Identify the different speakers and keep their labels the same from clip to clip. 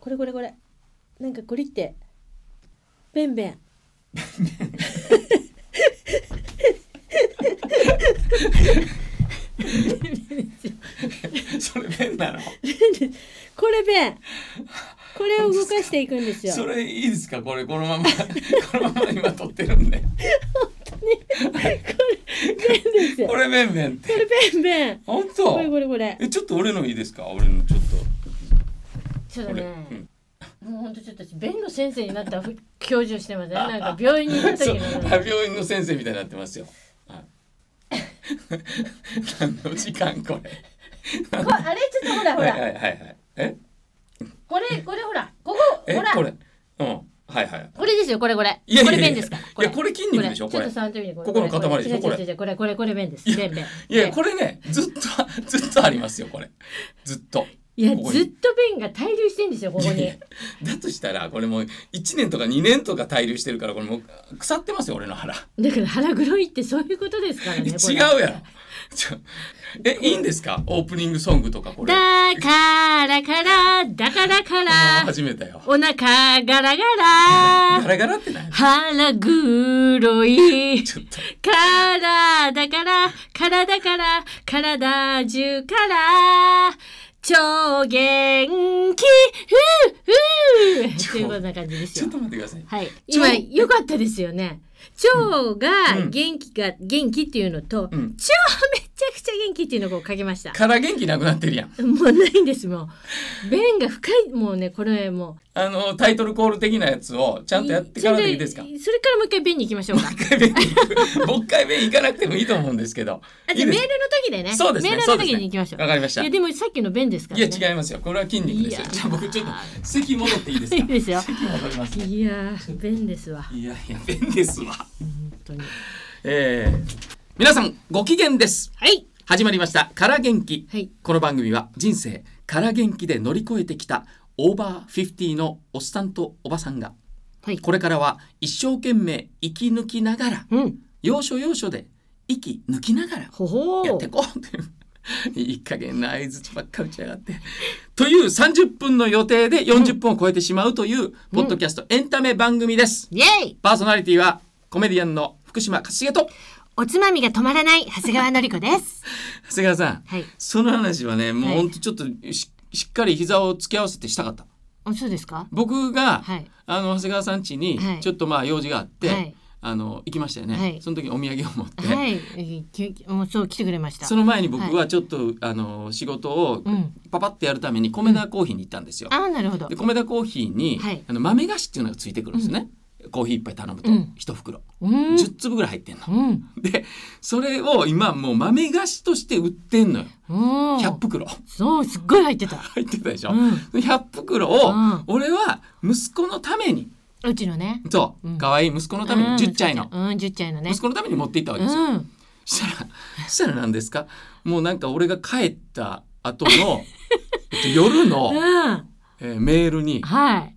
Speaker 1: これこれこれなんかゴリってベンベン
Speaker 2: それ変なの
Speaker 1: これベンこれを動かしていくんですよ
Speaker 2: それいいですかこれこのまま このまま今撮ってるんで
Speaker 1: ベンですよ
Speaker 2: こ
Speaker 1: こ
Speaker 2: れめんめんって
Speaker 1: れベンベン
Speaker 2: 本
Speaker 1: こ
Speaker 2: 当
Speaker 1: れこれこれ
Speaker 2: えちょっと俺のいいですか俺のちょっ
Speaker 1: ちょっと
Speaker 2: と俺、
Speaker 1: ね
Speaker 2: うん
Speaker 1: もうほんとちょっと私弁の先生になったふ教授をしてますねなんか病院に行った
Speaker 2: そう
Speaker 1: 時の
Speaker 2: あ病院の先生みたいになってますよはい 何の時間これ
Speaker 1: こあれちょっとほらほ
Speaker 2: はいはい
Speaker 1: ら
Speaker 2: はいはいえ
Speaker 1: これこれほらここ
Speaker 2: え
Speaker 1: ほら
Speaker 2: これうんはいはい
Speaker 1: これですよこれこれ
Speaker 2: いやいやいや
Speaker 1: これ弁ですかこれ
Speaker 2: いやこれ筋肉でしょ
Speaker 1: これ
Speaker 2: これ
Speaker 1: ちょっと触ってみてこれ
Speaker 2: ここの塊でしょ
Speaker 1: これ違
Speaker 2: これ
Speaker 1: う違う違うこれこれこれ弁です
Speaker 2: いや
Speaker 1: 弁弁
Speaker 2: いやこれねずっと ずっとありますよこれずっと
Speaker 1: いや
Speaker 2: ここに
Speaker 1: ずっと弁が滞留してんですよここ
Speaker 2: いや
Speaker 1: に
Speaker 2: いやだとしたらこれもう1年とか2年とか滞留してるからこれもう腐ってますよ俺の腹
Speaker 1: だから腹黒いってそういうことですからねこれ
Speaker 2: 違うやろちょえいいんですかオープニングソングとかこれ
Speaker 1: だからからだからか
Speaker 2: あー
Speaker 1: ら
Speaker 2: 初めてよ
Speaker 1: お腹ガラガ
Speaker 2: ガ
Speaker 1: ラ
Speaker 2: ラガラってない
Speaker 1: 腹黒い
Speaker 2: ちょっと
Speaker 1: からだから体から体中から超元気ふうふう
Speaker 2: ちょ
Speaker 1: というような感じです
Speaker 2: ちょ
Speaker 1: よ
Speaker 2: っと待ってください
Speaker 1: はい
Speaker 2: 超
Speaker 1: 今良かったですよね超
Speaker 2: う
Speaker 1: が
Speaker 2: ん
Speaker 1: 元気が元気っていうのと、
Speaker 2: うん
Speaker 1: 超めちゃくちゃ元気っていうのをこう書きました
Speaker 2: から元気なくなってるやん
Speaker 1: もうないんですもう便が深いもうねこれもう
Speaker 2: あのタイトルコール的なやつをちゃんとやってからでいいですか
Speaker 1: ちょっとそれからもう一回便に行きましょう か
Speaker 2: もう一回目行かなくてもいいと思うんですけど
Speaker 1: あ
Speaker 2: い
Speaker 1: じゃ
Speaker 2: い
Speaker 1: あメール
Speaker 2: で
Speaker 1: の
Speaker 2: すか
Speaker 1: 時でね
Speaker 2: そうですね
Speaker 1: メールの時に行きましょう
Speaker 2: わかりました
Speaker 1: いやでもさっきの弁ですから
Speaker 2: い
Speaker 1: ね
Speaker 2: や違いますよこれは筋肉です
Speaker 1: い
Speaker 2: よ
Speaker 1: や
Speaker 2: じゃあ僕ちょっと席戻っていいですか
Speaker 1: いいですよ
Speaker 2: 席戻りますね
Speaker 1: いやー弁ですわ
Speaker 2: いやいや便ですわ
Speaker 1: 本当に
Speaker 2: えー、皆さんご機嫌です
Speaker 1: はい
Speaker 2: 始まりました「から元気」
Speaker 1: はい
Speaker 2: この番組は人生から元気で乗り越えてきたオーバーフィフティのおっさんとおばさんが
Speaker 1: はい
Speaker 2: これからは一生懸命生き抜きながら
Speaker 1: うん
Speaker 2: 要所要所で息抜きながら
Speaker 1: ほほ
Speaker 2: やっ
Speaker 1: ー
Speaker 2: てこうって いう。いい加減な相づちばっか打ち上がって。という30分の予定で40分を超えてしまうという、ポッドキャストエンタメ番組です。
Speaker 1: イエイ
Speaker 2: パーソナリティは、コメディアンの福島勝重と、
Speaker 1: おつまみが止まらない長谷川のり子です
Speaker 2: 長谷川さん、
Speaker 1: はい
Speaker 2: その話はね、もう
Speaker 1: はい
Speaker 2: ほんとちょっとししっかり膝を突き合わせてしたかった。
Speaker 1: あそうです か
Speaker 2: 僕が、
Speaker 1: はい
Speaker 2: あの長谷川さん家に
Speaker 1: はい
Speaker 2: ちょっとまあ用事があって、
Speaker 1: はい
Speaker 2: あの行きましたよね、
Speaker 1: はい
Speaker 2: その時お土産を持って、
Speaker 1: はいえききもうそう来てくれました
Speaker 2: その前に僕
Speaker 1: は
Speaker 2: はちょっと、あの仕事を
Speaker 1: うん
Speaker 2: パパッとやるために米田コーヒーに行ったんですよ。
Speaker 1: あーなるほど
Speaker 2: で米田コーヒーに、
Speaker 1: はい
Speaker 2: あの豆菓子っていうのがついてくるんですね、コーヒー一杯頼むと、
Speaker 1: うん
Speaker 2: 一袋
Speaker 1: うん
Speaker 2: 10粒ぐらい入ってんの、
Speaker 1: うん
Speaker 2: でそれを今もう豆菓子として売ってんのよ
Speaker 1: うん
Speaker 2: 100袋
Speaker 1: そうすっごい入ってた
Speaker 2: 入ってたでしょ、
Speaker 1: うん
Speaker 2: 100袋
Speaker 1: う
Speaker 2: を
Speaker 1: ん
Speaker 2: 俺は息子のために
Speaker 1: うちのね
Speaker 2: そう、
Speaker 1: うん
Speaker 2: 可愛い息子のために
Speaker 1: うん
Speaker 2: 10チャイの
Speaker 1: うん10歳のね
Speaker 2: 息子のために持っていったわけ
Speaker 1: う
Speaker 2: ですよ、
Speaker 1: ん
Speaker 2: したらしたら何ですかもうなんか俺が帰った 後のえっと夜の、
Speaker 1: うん
Speaker 2: えーメールに
Speaker 1: はい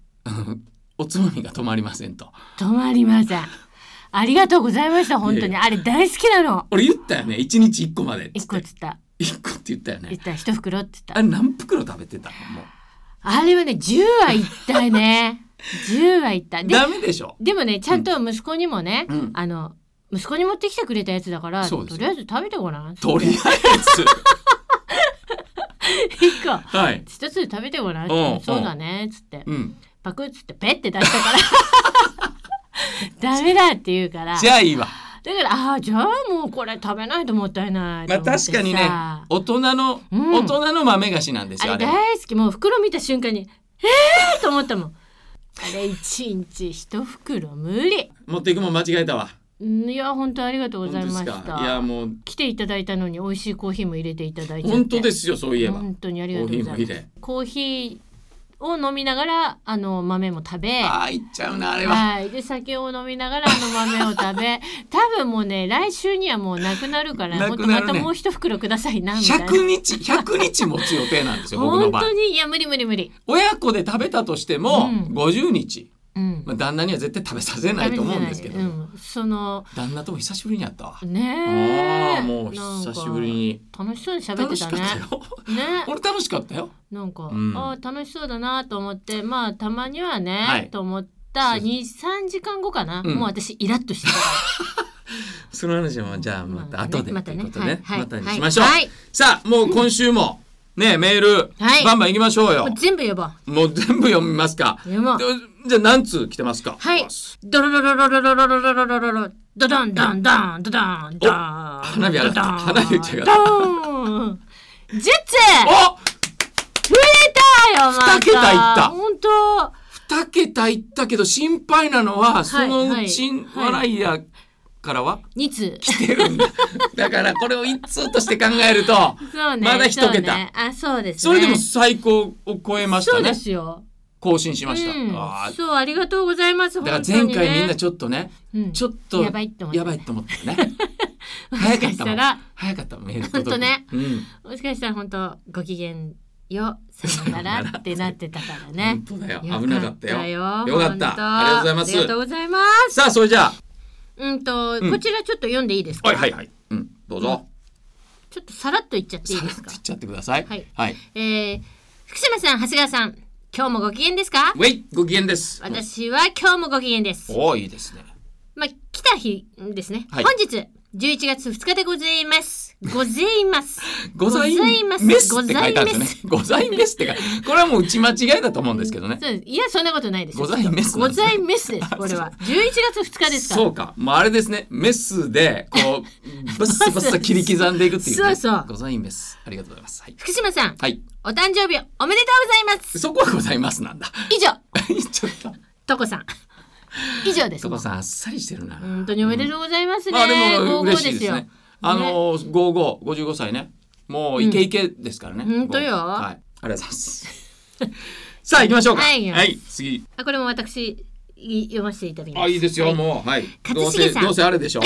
Speaker 2: 「おつまみが止まりません」と
Speaker 1: 止まりませんありがとうございました本当
Speaker 2: い
Speaker 1: にあれ大好きなの
Speaker 2: 俺言ったよね1日1個までっつ
Speaker 1: 一
Speaker 2: っ
Speaker 1: 個
Speaker 2: て
Speaker 1: っつった
Speaker 2: 1個って言ったよ
Speaker 1: 言っ
Speaker 2: ね
Speaker 1: た一袋って言
Speaker 2: あ
Speaker 1: った
Speaker 2: れ何袋食べてたのもう
Speaker 1: あれはね10はいったよ ね10はいったで
Speaker 2: ダメでしょ
Speaker 1: でもねちゃんと息子にもね、
Speaker 2: うん
Speaker 1: あの息子に持ってきてくれたやつだから
Speaker 2: そう
Speaker 1: と
Speaker 2: ですよ
Speaker 1: りあえず食べてごらん
Speaker 2: とり あえず
Speaker 1: 一個
Speaker 2: はい
Speaker 1: 一つ食べてごらん
Speaker 2: うんうん
Speaker 1: そうだねっつって
Speaker 2: うん
Speaker 1: パクッつってペッて出したから ダメだって言うからだ
Speaker 2: じ
Speaker 1: か
Speaker 2: ゃあいいわ
Speaker 1: らああじゃあもうこれ食べないともったいないと
Speaker 2: まあ
Speaker 1: 思って
Speaker 2: 確
Speaker 1: さ
Speaker 2: かにね大人の
Speaker 1: うん
Speaker 2: 大人の豆菓子なんですよ
Speaker 1: あ
Speaker 2: あ
Speaker 1: れ
Speaker 2: れは
Speaker 1: 大好きもう袋見た瞬間にえーと思ったもんあれ一日一袋無理
Speaker 2: 持っていくもん間違えたわ
Speaker 1: うんいや本当ありがとうございまし
Speaker 2: 本当ですかいや
Speaker 1: た
Speaker 2: もう
Speaker 1: 来ていただいたのに美味しいコーヒーも入れていただいて
Speaker 2: 本当ですすよそういえば
Speaker 1: 本当にあ
Speaker 2: コ
Speaker 1: りがと
Speaker 2: ー
Speaker 1: う
Speaker 2: ヒ
Speaker 1: ご
Speaker 2: ー
Speaker 1: ざいま
Speaker 2: も入
Speaker 1: す
Speaker 2: れ
Speaker 1: コーヒーを飲みながらあの豆も食べ
Speaker 2: ああいっちゃうなあれは
Speaker 1: はい、で酒を飲みながらあの豆を食 べ多分もうね来週にはもうなくなるから
Speaker 2: な
Speaker 1: もっ
Speaker 2: く
Speaker 1: と
Speaker 2: な
Speaker 1: ま
Speaker 2: るね
Speaker 1: たもう一袋くださいなみたいな
Speaker 2: 100日100日 持つ予定なんですよ僕の
Speaker 1: 本
Speaker 2: 場合
Speaker 1: 当にいや無理無理無理
Speaker 2: 親子で食べたとしても
Speaker 1: うん
Speaker 2: 50日
Speaker 1: うん
Speaker 2: まあ、旦那には絶対食べさせないと思うんですけど、
Speaker 1: うん、その
Speaker 2: 旦那とも久しぶりに会ったわ、
Speaker 1: ねえ
Speaker 2: ああもう久しぶりに
Speaker 1: なんか楽しそうに喋っ
Speaker 2: 楽
Speaker 1: て
Speaker 2: したかっ
Speaker 1: ね
Speaker 2: たよ
Speaker 1: ね
Speaker 2: 俺楽しかったよ
Speaker 1: なんか、
Speaker 2: うん
Speaker 1: あー楽しそうだなと思ってまあたまにはね、
Speaker 2: はい
Speaker 1: と思った
Speaker 2: そうそう
Speaker 1: 23時間後かな、
Speaker 2: うん
Speaker 1: もう私イラッとしてたか
Speaker 2: その話は
Speaker 1: ら
Speaker 2: じゃあまた後で
Speaker 1: また
Speaker 2: という
Speaker 1: ね
Speaker 2: ことでね
Speaker 1: はい
Speaker 2: またにしましょう、
Speaker 1: はいはい
Speaker 2: さあもう今週もねメール、
Speaker 1: はい
Speaker 2: バンバン行きましょうよ
Speaker 1: もう全部呼ぼう
Speaker 2: もう全部読みますか
Speaker 1: 読もう
Speaker 2: でじゃあ何通来てますか
Speaker 1: はいドロロロロロロロロロロロロロドドンドンドンドドンドン
Speaker 2: 花火上が
Speaker 1: ド
Speaker 2: った
Speaker 1: ドン
Speaker 2: 花火打ち上がった
Speaker 1: ドーン10つ
Speaker 2: お
Speaker 1: 増えたよまた
Speaker 2: 二桁いった
Speaker 1: 本当
Speaker 2: 二桁いったけど心配なのはそのうち
Speaker 1: はいはい
Speaker 2: 笑いやからは
Speaker 1: 2つ
Speaker 2: 来 てるんだだからこれを一通として考えると
Speaker 1: そうね
Speaker 2: まだ一桁
Speaker 1: そうねあそうですね
Speaker 2: それでも最高を超えまし
Speaker 1: そ
Speaker 2: た
Speaker 1: う
Speaker 2: ね
Speaker 1: ですよ
Speaker 2: 更新しました、
Speaker 1: うん
Speaker 2: ああ
Speaker 1: そうありがとうございます
Speaker 2: だから前
Speaker 1: 本当に
Speaker 2: 回
Speaker 1: ね
Speaker 2: みんなちょっとね
Speaker 1: うん
Speaker 2: ちょっと
Speaker 1: やばいって思った
Speaker 2: やばいと思ったよね早かっ
Speaker 1: も
Speaker 2: たも
Speaker 1: しかした
Speaker 2: ん
Speaker 1: ら
Speaker 2: 早かったメール届
Speaker 1: ほ
Speaker 2: く
Speaker 1: んとね
Speaker 2: うん
Speaker 1: もしかしたら本当ご機嫌よさよならってなってたからね
Speaker 2: 本当だよ
Speaker 1: よ
Speaker 2: 危なかったよ
Speaker 1: よ
Speaker 2: よかった
Speaker 1: 本当
Speaker 2: ありがとうございます
Speaker 1: ありがとうございます
Speaker 2: さあそれじゃあ
Speaker 1: うんと、
Speaker 2: うん
Speaker 1: こちらちょっと読んでいいですか
Speaker 2: はいはいはいうんどうぞ
Speaker 1: ちょっとさらっといっちゃっていい
Speaker 2: さ
Speaker 1: で
Speaker 2: ら
Speaker 1: す
Speaker 2: っ
Speaker 1: か
Speaker 2: といっちゃってください
Speaker 1: はい
Speaker 2: はい
Speaker 1: えー、福島さん長谷川さん今日もご機嫌ですか
Speaker 2: ウェイご機嫌です
Speaker 1: 私は今日もご機嫌です
Speaker 2: おおいいですね
Speaker 1: まあ、来た日ですね。
Speaker 2: はい
Speaker 1: 本日11月2日でござい ます。ございます。
Speaker 2: ござい
Speaker 1: ます
Speaker 2: ますって書いてあるんですね。ございますって書いこれはもう打ち間違いだと思うんですけどね。
Speaker 1: そうですいや、そんなことないですよ。
Speaker 2: ございます
Speaker 1: ございますです。これ は11月2日ですから。
Speaker 2: そうか、もうあれですね、メスで こうバッサバッサ切り刻んでいくっていうね。
Speaker 1: そうそう
Speaker 2: ございます。ありがとうございます。はい。
Speaker 1: 福島さん、
Speaker 2: はい。
Speaker 1: お誕生日おめでとうございます。
Speaker 2: そこはございますなんだ。
Speaker 1: 以上、
Speaker 2: 言っちゃった。
Speaker 1: とこさん。以上です。
Speaker 2: そこさんあっさりしてるな。
Speaker 1: 本当におめでとうございますね。
Speaker 2: まあでも
Speaker 1: 55
Speaker 2: 嬉しいです
Speaker 1: よ
Speaker 2: ね。あのー五五五十五歳ね、もうイケイケですからね。
Speaker 1: うんほんとよ
Speaker 2: 55はい。ありがとうござい ます。さあ行きましょうか。
Speaker 1: はいよ
Speaker 2: 次。
Speaker 1: あ、これも私い読ませていただきます。
Speaker 2: あいいですよ、
Speaker 1: は
Speaker 2: もうはい
Speaker 1: 勝
Speaker 2: どう
Speaker 1: 重
Speaker 2: せ
Speaker 1: さん
Speaker 2: どうせあれ でしょ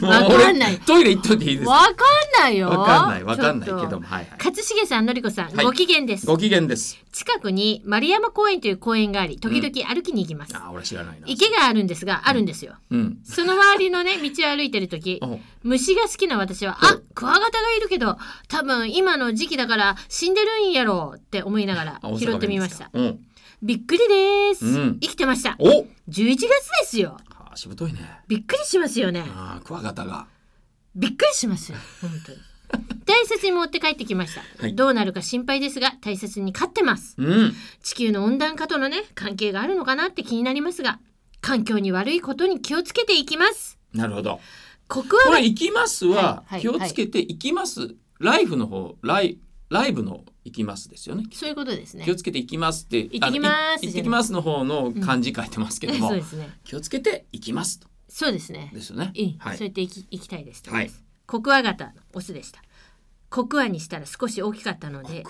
Speaker 2: もう
Speaker 1: わかんない
Speaker 2: 俺トイレ行っといていいです
Speaker 1: わ
Speaker 2: か
Speaker 1: かんないよ。
Speaker 2: わかんないわかんないけ
Speaker 1: ちょ
Speaker 2: ど
Speaker 1: っ
Speaker 2: も
Speaker 1: と。
Speaker 2: はい、はい、
Speaker 1: 勝重さん、のりこさん、
Speaker 2: はい
Speaker 1: ご機嫌です。
Speaker 2: ご機嫌です
Speaker 1: 近くに丸山公園という公園があり時々歩きに行きます、
Speaker 2: あ俺知らないな
Speaker 1: 池があるんですがあるんですよ、
Speaker 2: うん
Speaker 1: その周りのね道を歩いてる時
Speaker 2: お
Speaker 1: 虫が好きな私は
Speaker 2: お
Speaker 1: あクワガタがいるけど多分今の時期だから死んでるんやろうって思いなが
Speaker 2: あ
Speaker 1: ら拾ってみまし
Speaker 2: 大
Speaker 1: た
Speaker 2: 阪弁
Speaker 1: びっくりです、
Speaker 2: うん
Speaker 1: 生きてました
Speaker 2: ですか
Speaker 1: 11月ですよ
Speaker 2: うんおあしぶといね
Speaker 1: びっくりしますよね
Speaker 2: あークワガタが
Speaker 1: びっくりしますよ本当 に大切に持って帰ってきました、
Speaker 2: はい
Speaker 1: どうなるか心配ですが大切に飼ってます
Speaker 2: うん
Speaker 1: 地球の温暖化とのね関係があるのかなって気になりますが環境に悪いことに気をつけていきます
Speaker 2: なるほど
Speaker 1: コク
Speaker 2: こ
Speaker 1: ワ
Speaker 2: れ行きますは
Speaker 1: はいはい
Speaker 2: 気をつけて行きますライフの方ライライブの行きますですよね
Speaker 1: そういうことですね
Speaker 2: 気をつけて行きますって
Speaker 1: 行ってきます
Speaker 2: あのい行ってきますの方の漢字書いてますけども
Speaker 1: そうですね
Speaker 2: 気をつけて行きますと
Speaker 1: そうですね
Speaker 2: ですよね
Speaker 1: いい、
Speaker 2: はい
Speaker 1: そうやっていきいきたいです
Speaker 2: はい
Speaker 1: コクワガタのオスでしたコクワにしたら少し大きかったので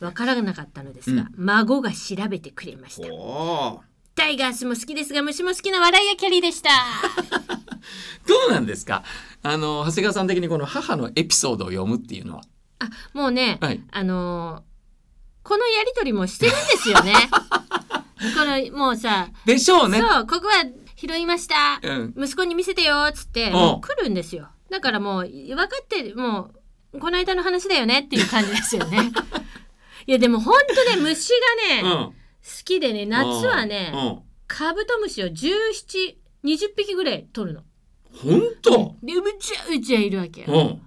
Speaker 1: わからなかったのですが、孫が調べてくれました
Speaker 2: おー
Speaker 1: タイガースも好きですが虫も好きな笑いやキャリーで した
Speaker 2: どうなんですかあの長谷川さん的にこの母のエピソードを読むっていうのは
Speaker 1: あもうね、
Speaker 2: はい
Speaker 1: あのーこのやりとりもしてるんですよ ねこのもうさ
Speaker 2: でしょうね
Speaker 1: そうここは拾いました
Speaker 2: うん
Speaker 1: 息子に見せてよっつって
Speaker 2: ん
Speaker 1: もう来るんですよだからもう分かってもうこの間の話だよねっていう感じですよ ねいやでも本当ね虫が
Speaker 2: う
Speaker 1: ね、好
Speaker 2: ん
Speaker 1: きでね夏はね、
Speaker 2: う
Speaker 1: カブトムシを1720匹ぐらい取るの。
Speaker 2: ん本当
Speaker 1: でうちゃうちゃいるわけよ
Speaker 2: うん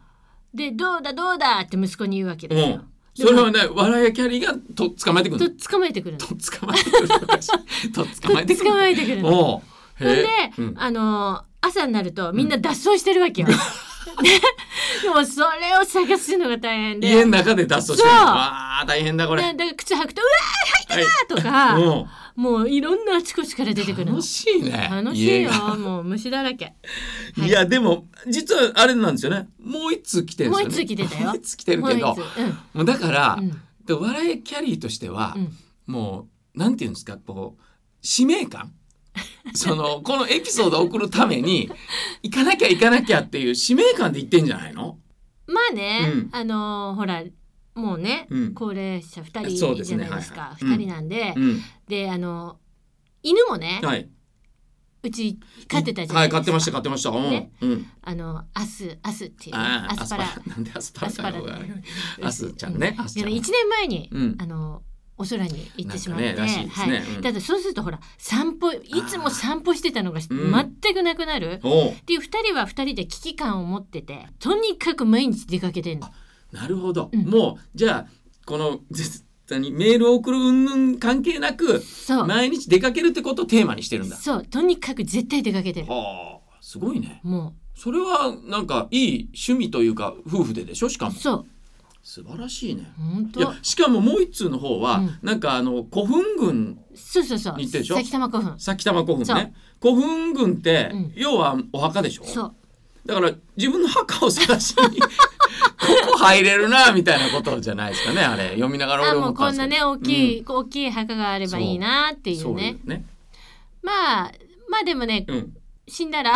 Speaker 1: でどうだどうだって息子に言うわけ
Speaker 2: う
Speaker 1: ですよ
Speaker 2: ん。それはね笑いキャリーがと捕まえてく
Speaker 1: と
Speaker 2: るの
Speaker 1: 捕まえてくるの。
Speaker 2: と捕まえてくるのおかしいと捕まえてくる
Speaker 1: 捕まえてくるの。
Speaker 2: おう
Speaker 1: ほんで、
Speaker 2: うん
Speaker 1: あのー朝になるとみんな脱走してるわけよ。で でもそれを探すのが大変で。
Speaker 2: 家の中で脱走してる
Speaker 1: そう
Speaker 2: わあ大変だこれ
Speaker 1: でだから靴履くと「うわー!」とか、
Speaker 2: は
Speaker 1: もういろんなあちこちから出て
Speaker 2: い
Speaker 1: く
Speaker 2: う
Speaker 1: る
Speaker 2: ん
Speaker 1: の
Speaker 2: 楽。しいね
Speaker 1: 楽しい
Speaker 2: 家
Speaker 1: よ
Speaker 2: が
Speaker 1: もう虫だらけ。はい
Speaker 2: いやでも実はあれなんですよねもう一通来てるんですよ
Speaker 1: もう
Speaker 2: ね
Speaker 1: 一通来てたよ
Speaker 2: もう一通来てるけ
Speaker 1: も
Speaker 2: ど
Speaker 1: ういつうん
Speaker 2: もうだから
Speaker 1: うん
Speaker 2: で笑いキャリーとしては、
Speaker 1: うん
Speaker 2: もうなんていうんですかこう使命感そのこのエピソードを送るために行かなきゃ行かなきゃっていう使命感で行ってんじゃないの、
Speaker 1: まあね、
Speaker 2: うん
Speaker 1: あのーほらもうね、
Speaker 2: うん
Speaker 1: 高齢者2
Speaker 2: そうで
Speaker 1: 人
Speaker 2: す
Speaker 1: じゃ
Speaker 2: ね
Speaker 1: ないですか
Speaker 2: はいはい
Speaker 1: 2人なんで、
Speaker 2: うん
Speaker 1: であのー犬もね、
Speaker 2: はいう
Speaker 1: ち飼ってたじゃ
Speaker 2: は
Speaker 1: ないですか。
Speaker 2: い買ってました買ってましたうん、
Speaker 1: ね
Speaker 2: うん
Speaker 1: あのアスアスっていうね、
Speaker 2: あ
Speaker 1: ア
Speaker 2: ー
Speaker 1: スパラ。
Speaker 2: なんでアスパラかよ
Speaker 1: アスパラね
Speaker 2: アスちゃんね
Speaker 1: う
Speaker 2: アスちゃん
Speaker 1: いや一年前に、
Speaker 2: うん
Speaker 1: あのお空に行ってしまって、
Speaker 2: なんかねらしいですね
Speaker 1: は
Speaker 2: う
Speaker 1: い。
Speaker 2: ん
Speaker 1: ただそうするとほら散歩いつも散歩してたのが
Speaker 2: ー
Speaker 1: 全くなくなる。
Speaker 2: おう
Speaker 1: っていう二人は二人で危機感を持っててとにかく毎日出かけてんの
Speaker 2: なるほど、
Speaker 1: うん
Speaker 2: もうじゃあこの絶対にメールを送る云々関係なく
Speaker 1: そう、
Speaker 2: 毎日出かけるってことをテーマにしてるんだ
Speaker 1: そうとにかく絶対出かけてる
Speaker 2: はあすごいね
Speaker 1: も
Speaker 2: それはなんかいい趣味というか夫婦ででしょしか
Speaker 1: う
Speaker 2: も
Speaker 1: そう
Speaker 2: 素晴らしいね
Speaker 1: 本
Speaker 2: い
Speaker 1: 当
Speaker 2: やしかももう一通の方は、
Speaker 1: うん
Speaker 2: なんかあの古墳群
Speaker 1: そうそうそう
Speaker 2: 似てるでしょ
Speaker 1: 埼玉古墳
Speaker 2: 埼玉古墳ね古墳群って、
Speaker 1: うん
Speaker 2: 要はお墓でしょ
Speaker 1: そう
Speaker 2: だから自分の墓を探しに ここ入れるなみたいなことじゃないですかねあれ読みながら
Speaker 1: あも
Speaker 2: 俺思
Speaker 1: う
Speaker 2: った
Speaker 1: こ
Speaker 2: ん
Speaker 1: ん
Speaker 2: です
Speaker 1: な
Speaker 2: けど
Speaker 1: ね大きい、こう大きい墓があればいいなっていう
Speaker 2: そう
Speaker 1: ね
Speaker 2: いうね
Speaker 1: まあまあでもね
Speaker 2: うん
Speaker 1: 死んだら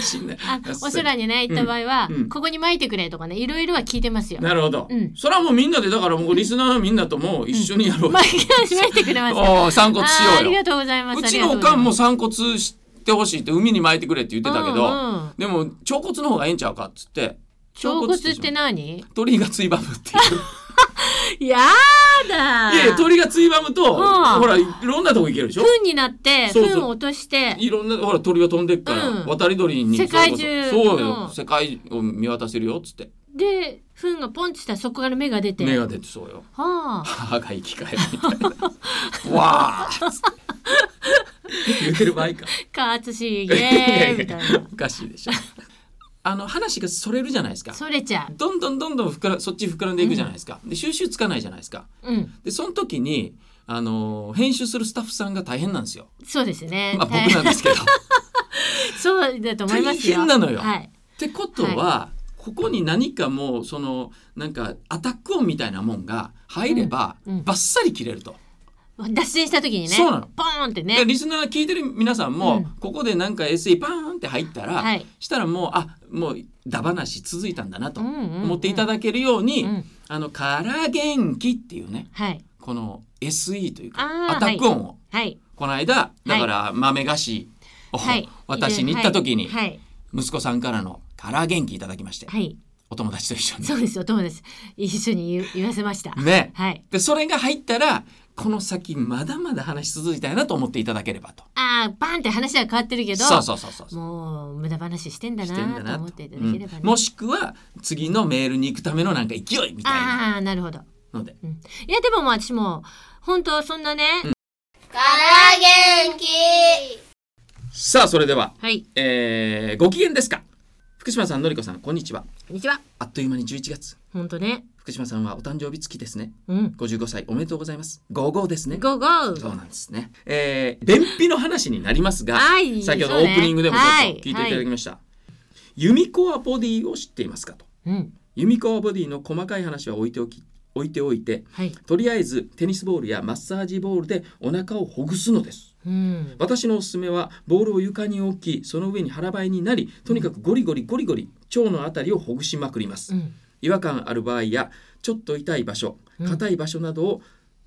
Speaker 2: 死んだ
Speaker 1: あ お空にね行った場合は、
Speaker 2: うんうん
Speaker 1: ここに撒いてくれとかねいろいろは聞いてますよ。
Speaker 2: なるほど、
Speaker 1: うん
Speaker 2: それはもうみんなでだからもうリスナーのみんなともう一緒にやろう、
Speaker 1: まあ撒いてくれますよ。
Speaker 2: おー散骨し
Speaker 1: あーあ
Speaker 2: よう
Speaker 1: り
Speaker 2: よ
Speaker 1: がとうございます。
Speaker 2: うちのおかんも散骨してほしいって海に巻いてくれって言ってたけど、
Speaker 1: うんうん
Speaker 2: でも腸骨の方がええんちゃうかっつって
Speaker 1: 彫骨って何？
Speaker 2: 鳥がついばむっていう
Speaker 1: やだ。
Speaker 2: いやいや鳥がついばむと、
Speaker 1: うん
Speaker 2: ほらいろんなとこ行けるでしょ
Speaker 1: 糞になって
Speaker 2: そうそう
Speaker 1: 糞を落として
Speaker 2: いろんなほら鳥が飛んでっから、
Speaker 1: うん
Speaker 2: 渡り鳥に
Speaker 1: 世界中
Speaker 2: そうそうよ、
Speaker 1: うん
Speaker 2: 世界を見渡せるよっつって
Speaker 1: で糞がポンってしたらそこから芽が出て。
Speaker 2: 目が出てそ うよ
Speaker 1: はあ。
Speaker 2: 母が生 き返るみたいなわーっつって言ってる場合か
Speaker 1: かあつし
Speaker 2: いや
Speaker 1: げ
Speaker 2: い
Speaker 1: み
Speaker 2: や
Speaker 1: たいな。
Speaker 2: おかしいでしょあの話がそれるじゃないですか
Speaker 1: それちゃ
Speaker 2: どんどんどんどん膨らそっち膨らんでいくじゃないですか、で収集つかないじゃないですか
Speaker 1: う。うん。
Speaker 2: でその時にあのー編集するスタッフさんが大変なんですよ、
Speaker 1: そうですね。
Speaker 2: まあ、僕
Speaker 1: 大変
Speaker 2: なんですけど。っ
Speaker 1: そうだと思いますよ。
Speaker 2: 大変なのよ
Speaker 1: はい。
Speaker 2: てことは、ここに何かもうそのなんかアタック音みたいなもんが入れば、
Speaker 1: うんうん
Speaker 2: バッサリ切れると。
Speaker 1: 脱線した時にね。
Speaker 2: そうなの
Speaker 1: ポーンって
Speaker 2: で
Speaker 1: ね。
Speaker 2: リスナーが聞いてる皆さんも、
Speaker 1: うん
Speaker 2: ここでなんか SE パーンって入ったら、
Speaker 1: はい
Speaker 2: したらもうあもうダバなし続いたんだなと
Speaker 1: うんうんうん
Speaker 2: 思っていただけるように「
Speaker 1: うん
Speaker 2: あのから元気」っていうね
Speaker 1: はい。
Speaker 2: この SE という
Speaker 1: あー
Speaker 2: かアタック音を、
Speaker 1: はい。
Speaker 2: この間だから豆菓子を、
Speaker 1: はい。
Speaker 2: 私に行った時に、
Speaker 1: はい。
Speaker 2: 息子さんからの「から元気」いただきまして、
Speaker 1: はい。
Speaker 2: お友達と一緒に。
Speaker 1: そうですよ。友達。一緒に言う言わせました。
Speaker 2: ね、
Speaker 1: はい。
Speaker 2: でそれが入ったらこの先まだまだ話し続いたいなと思っていただければと。
Speaker 1: ああ、バンって話は変わってるけど。
Speaker 2: そうそうそうそうそう
Speaker 1: もう無駄話してんだ
Speaker 2: してんだ
Speaker 1: な
Speaker 2: な
Speaker 1: と
Speaker 2: と
Speaker 1: 思っていただければ
Speaker 2: う
Speaker 1: ね。
Speaker 2: んもしくは次のメールに行くためのなんか勢いみたいな
Speaker 1: ああ、なるほど。
Speaker 2: ので
Speaker 1: うんいやでもまあ私も本当そんなね。
Speaker 3: から元気
Speaker 2: さあそれでは、
Speaker 1: はい。
Speaker 2: えーご機嫌ですか福島さんのりこさんこんにちは
Speaker 1: こんにちは。
Speaker 2: あっという間に11月
Speaker 1: 本当ね。
Speaker 2: 福島さんはお誕生日付きですね
Speaker 1: うん。
Speaker 2: 55歳おめでとうございます55ですね
Speaker 1: ゴーゴー。
Speaker 2: そうなんですね、えー便秘の話になりますが、
Speaker 1: はい
Speaker 2: 先ほど
Speaker 1: そ
Speaker 2: オ
Speaker 1: うね
Speaker 2: ープニングでもちょっと
Speaker 1: はい
Speaker 2: 聞いていただきました、ユミコアボディを知っていますかと
Speaker 1: うん。
Speaker 2: ユミコアボディの細かい話は置いておき置いておいて
Speaker 1: はい。
Speaker 2: とりあえずテニスボールやマッサージボールでお腹をほぐすのです
Speaker 1: うん。
Speaker 2: 私のおすすめはボールを床に置きその上に腹ばいになりとにかくゴリゴリゴリゴリ腸のあたりをほぐしまくります、
Speaker 1: うん。
Speaker 2: 違和感ある場合やちょっと痛い場所
Speaker 1: うん
Speaker 2: 硬い場所などを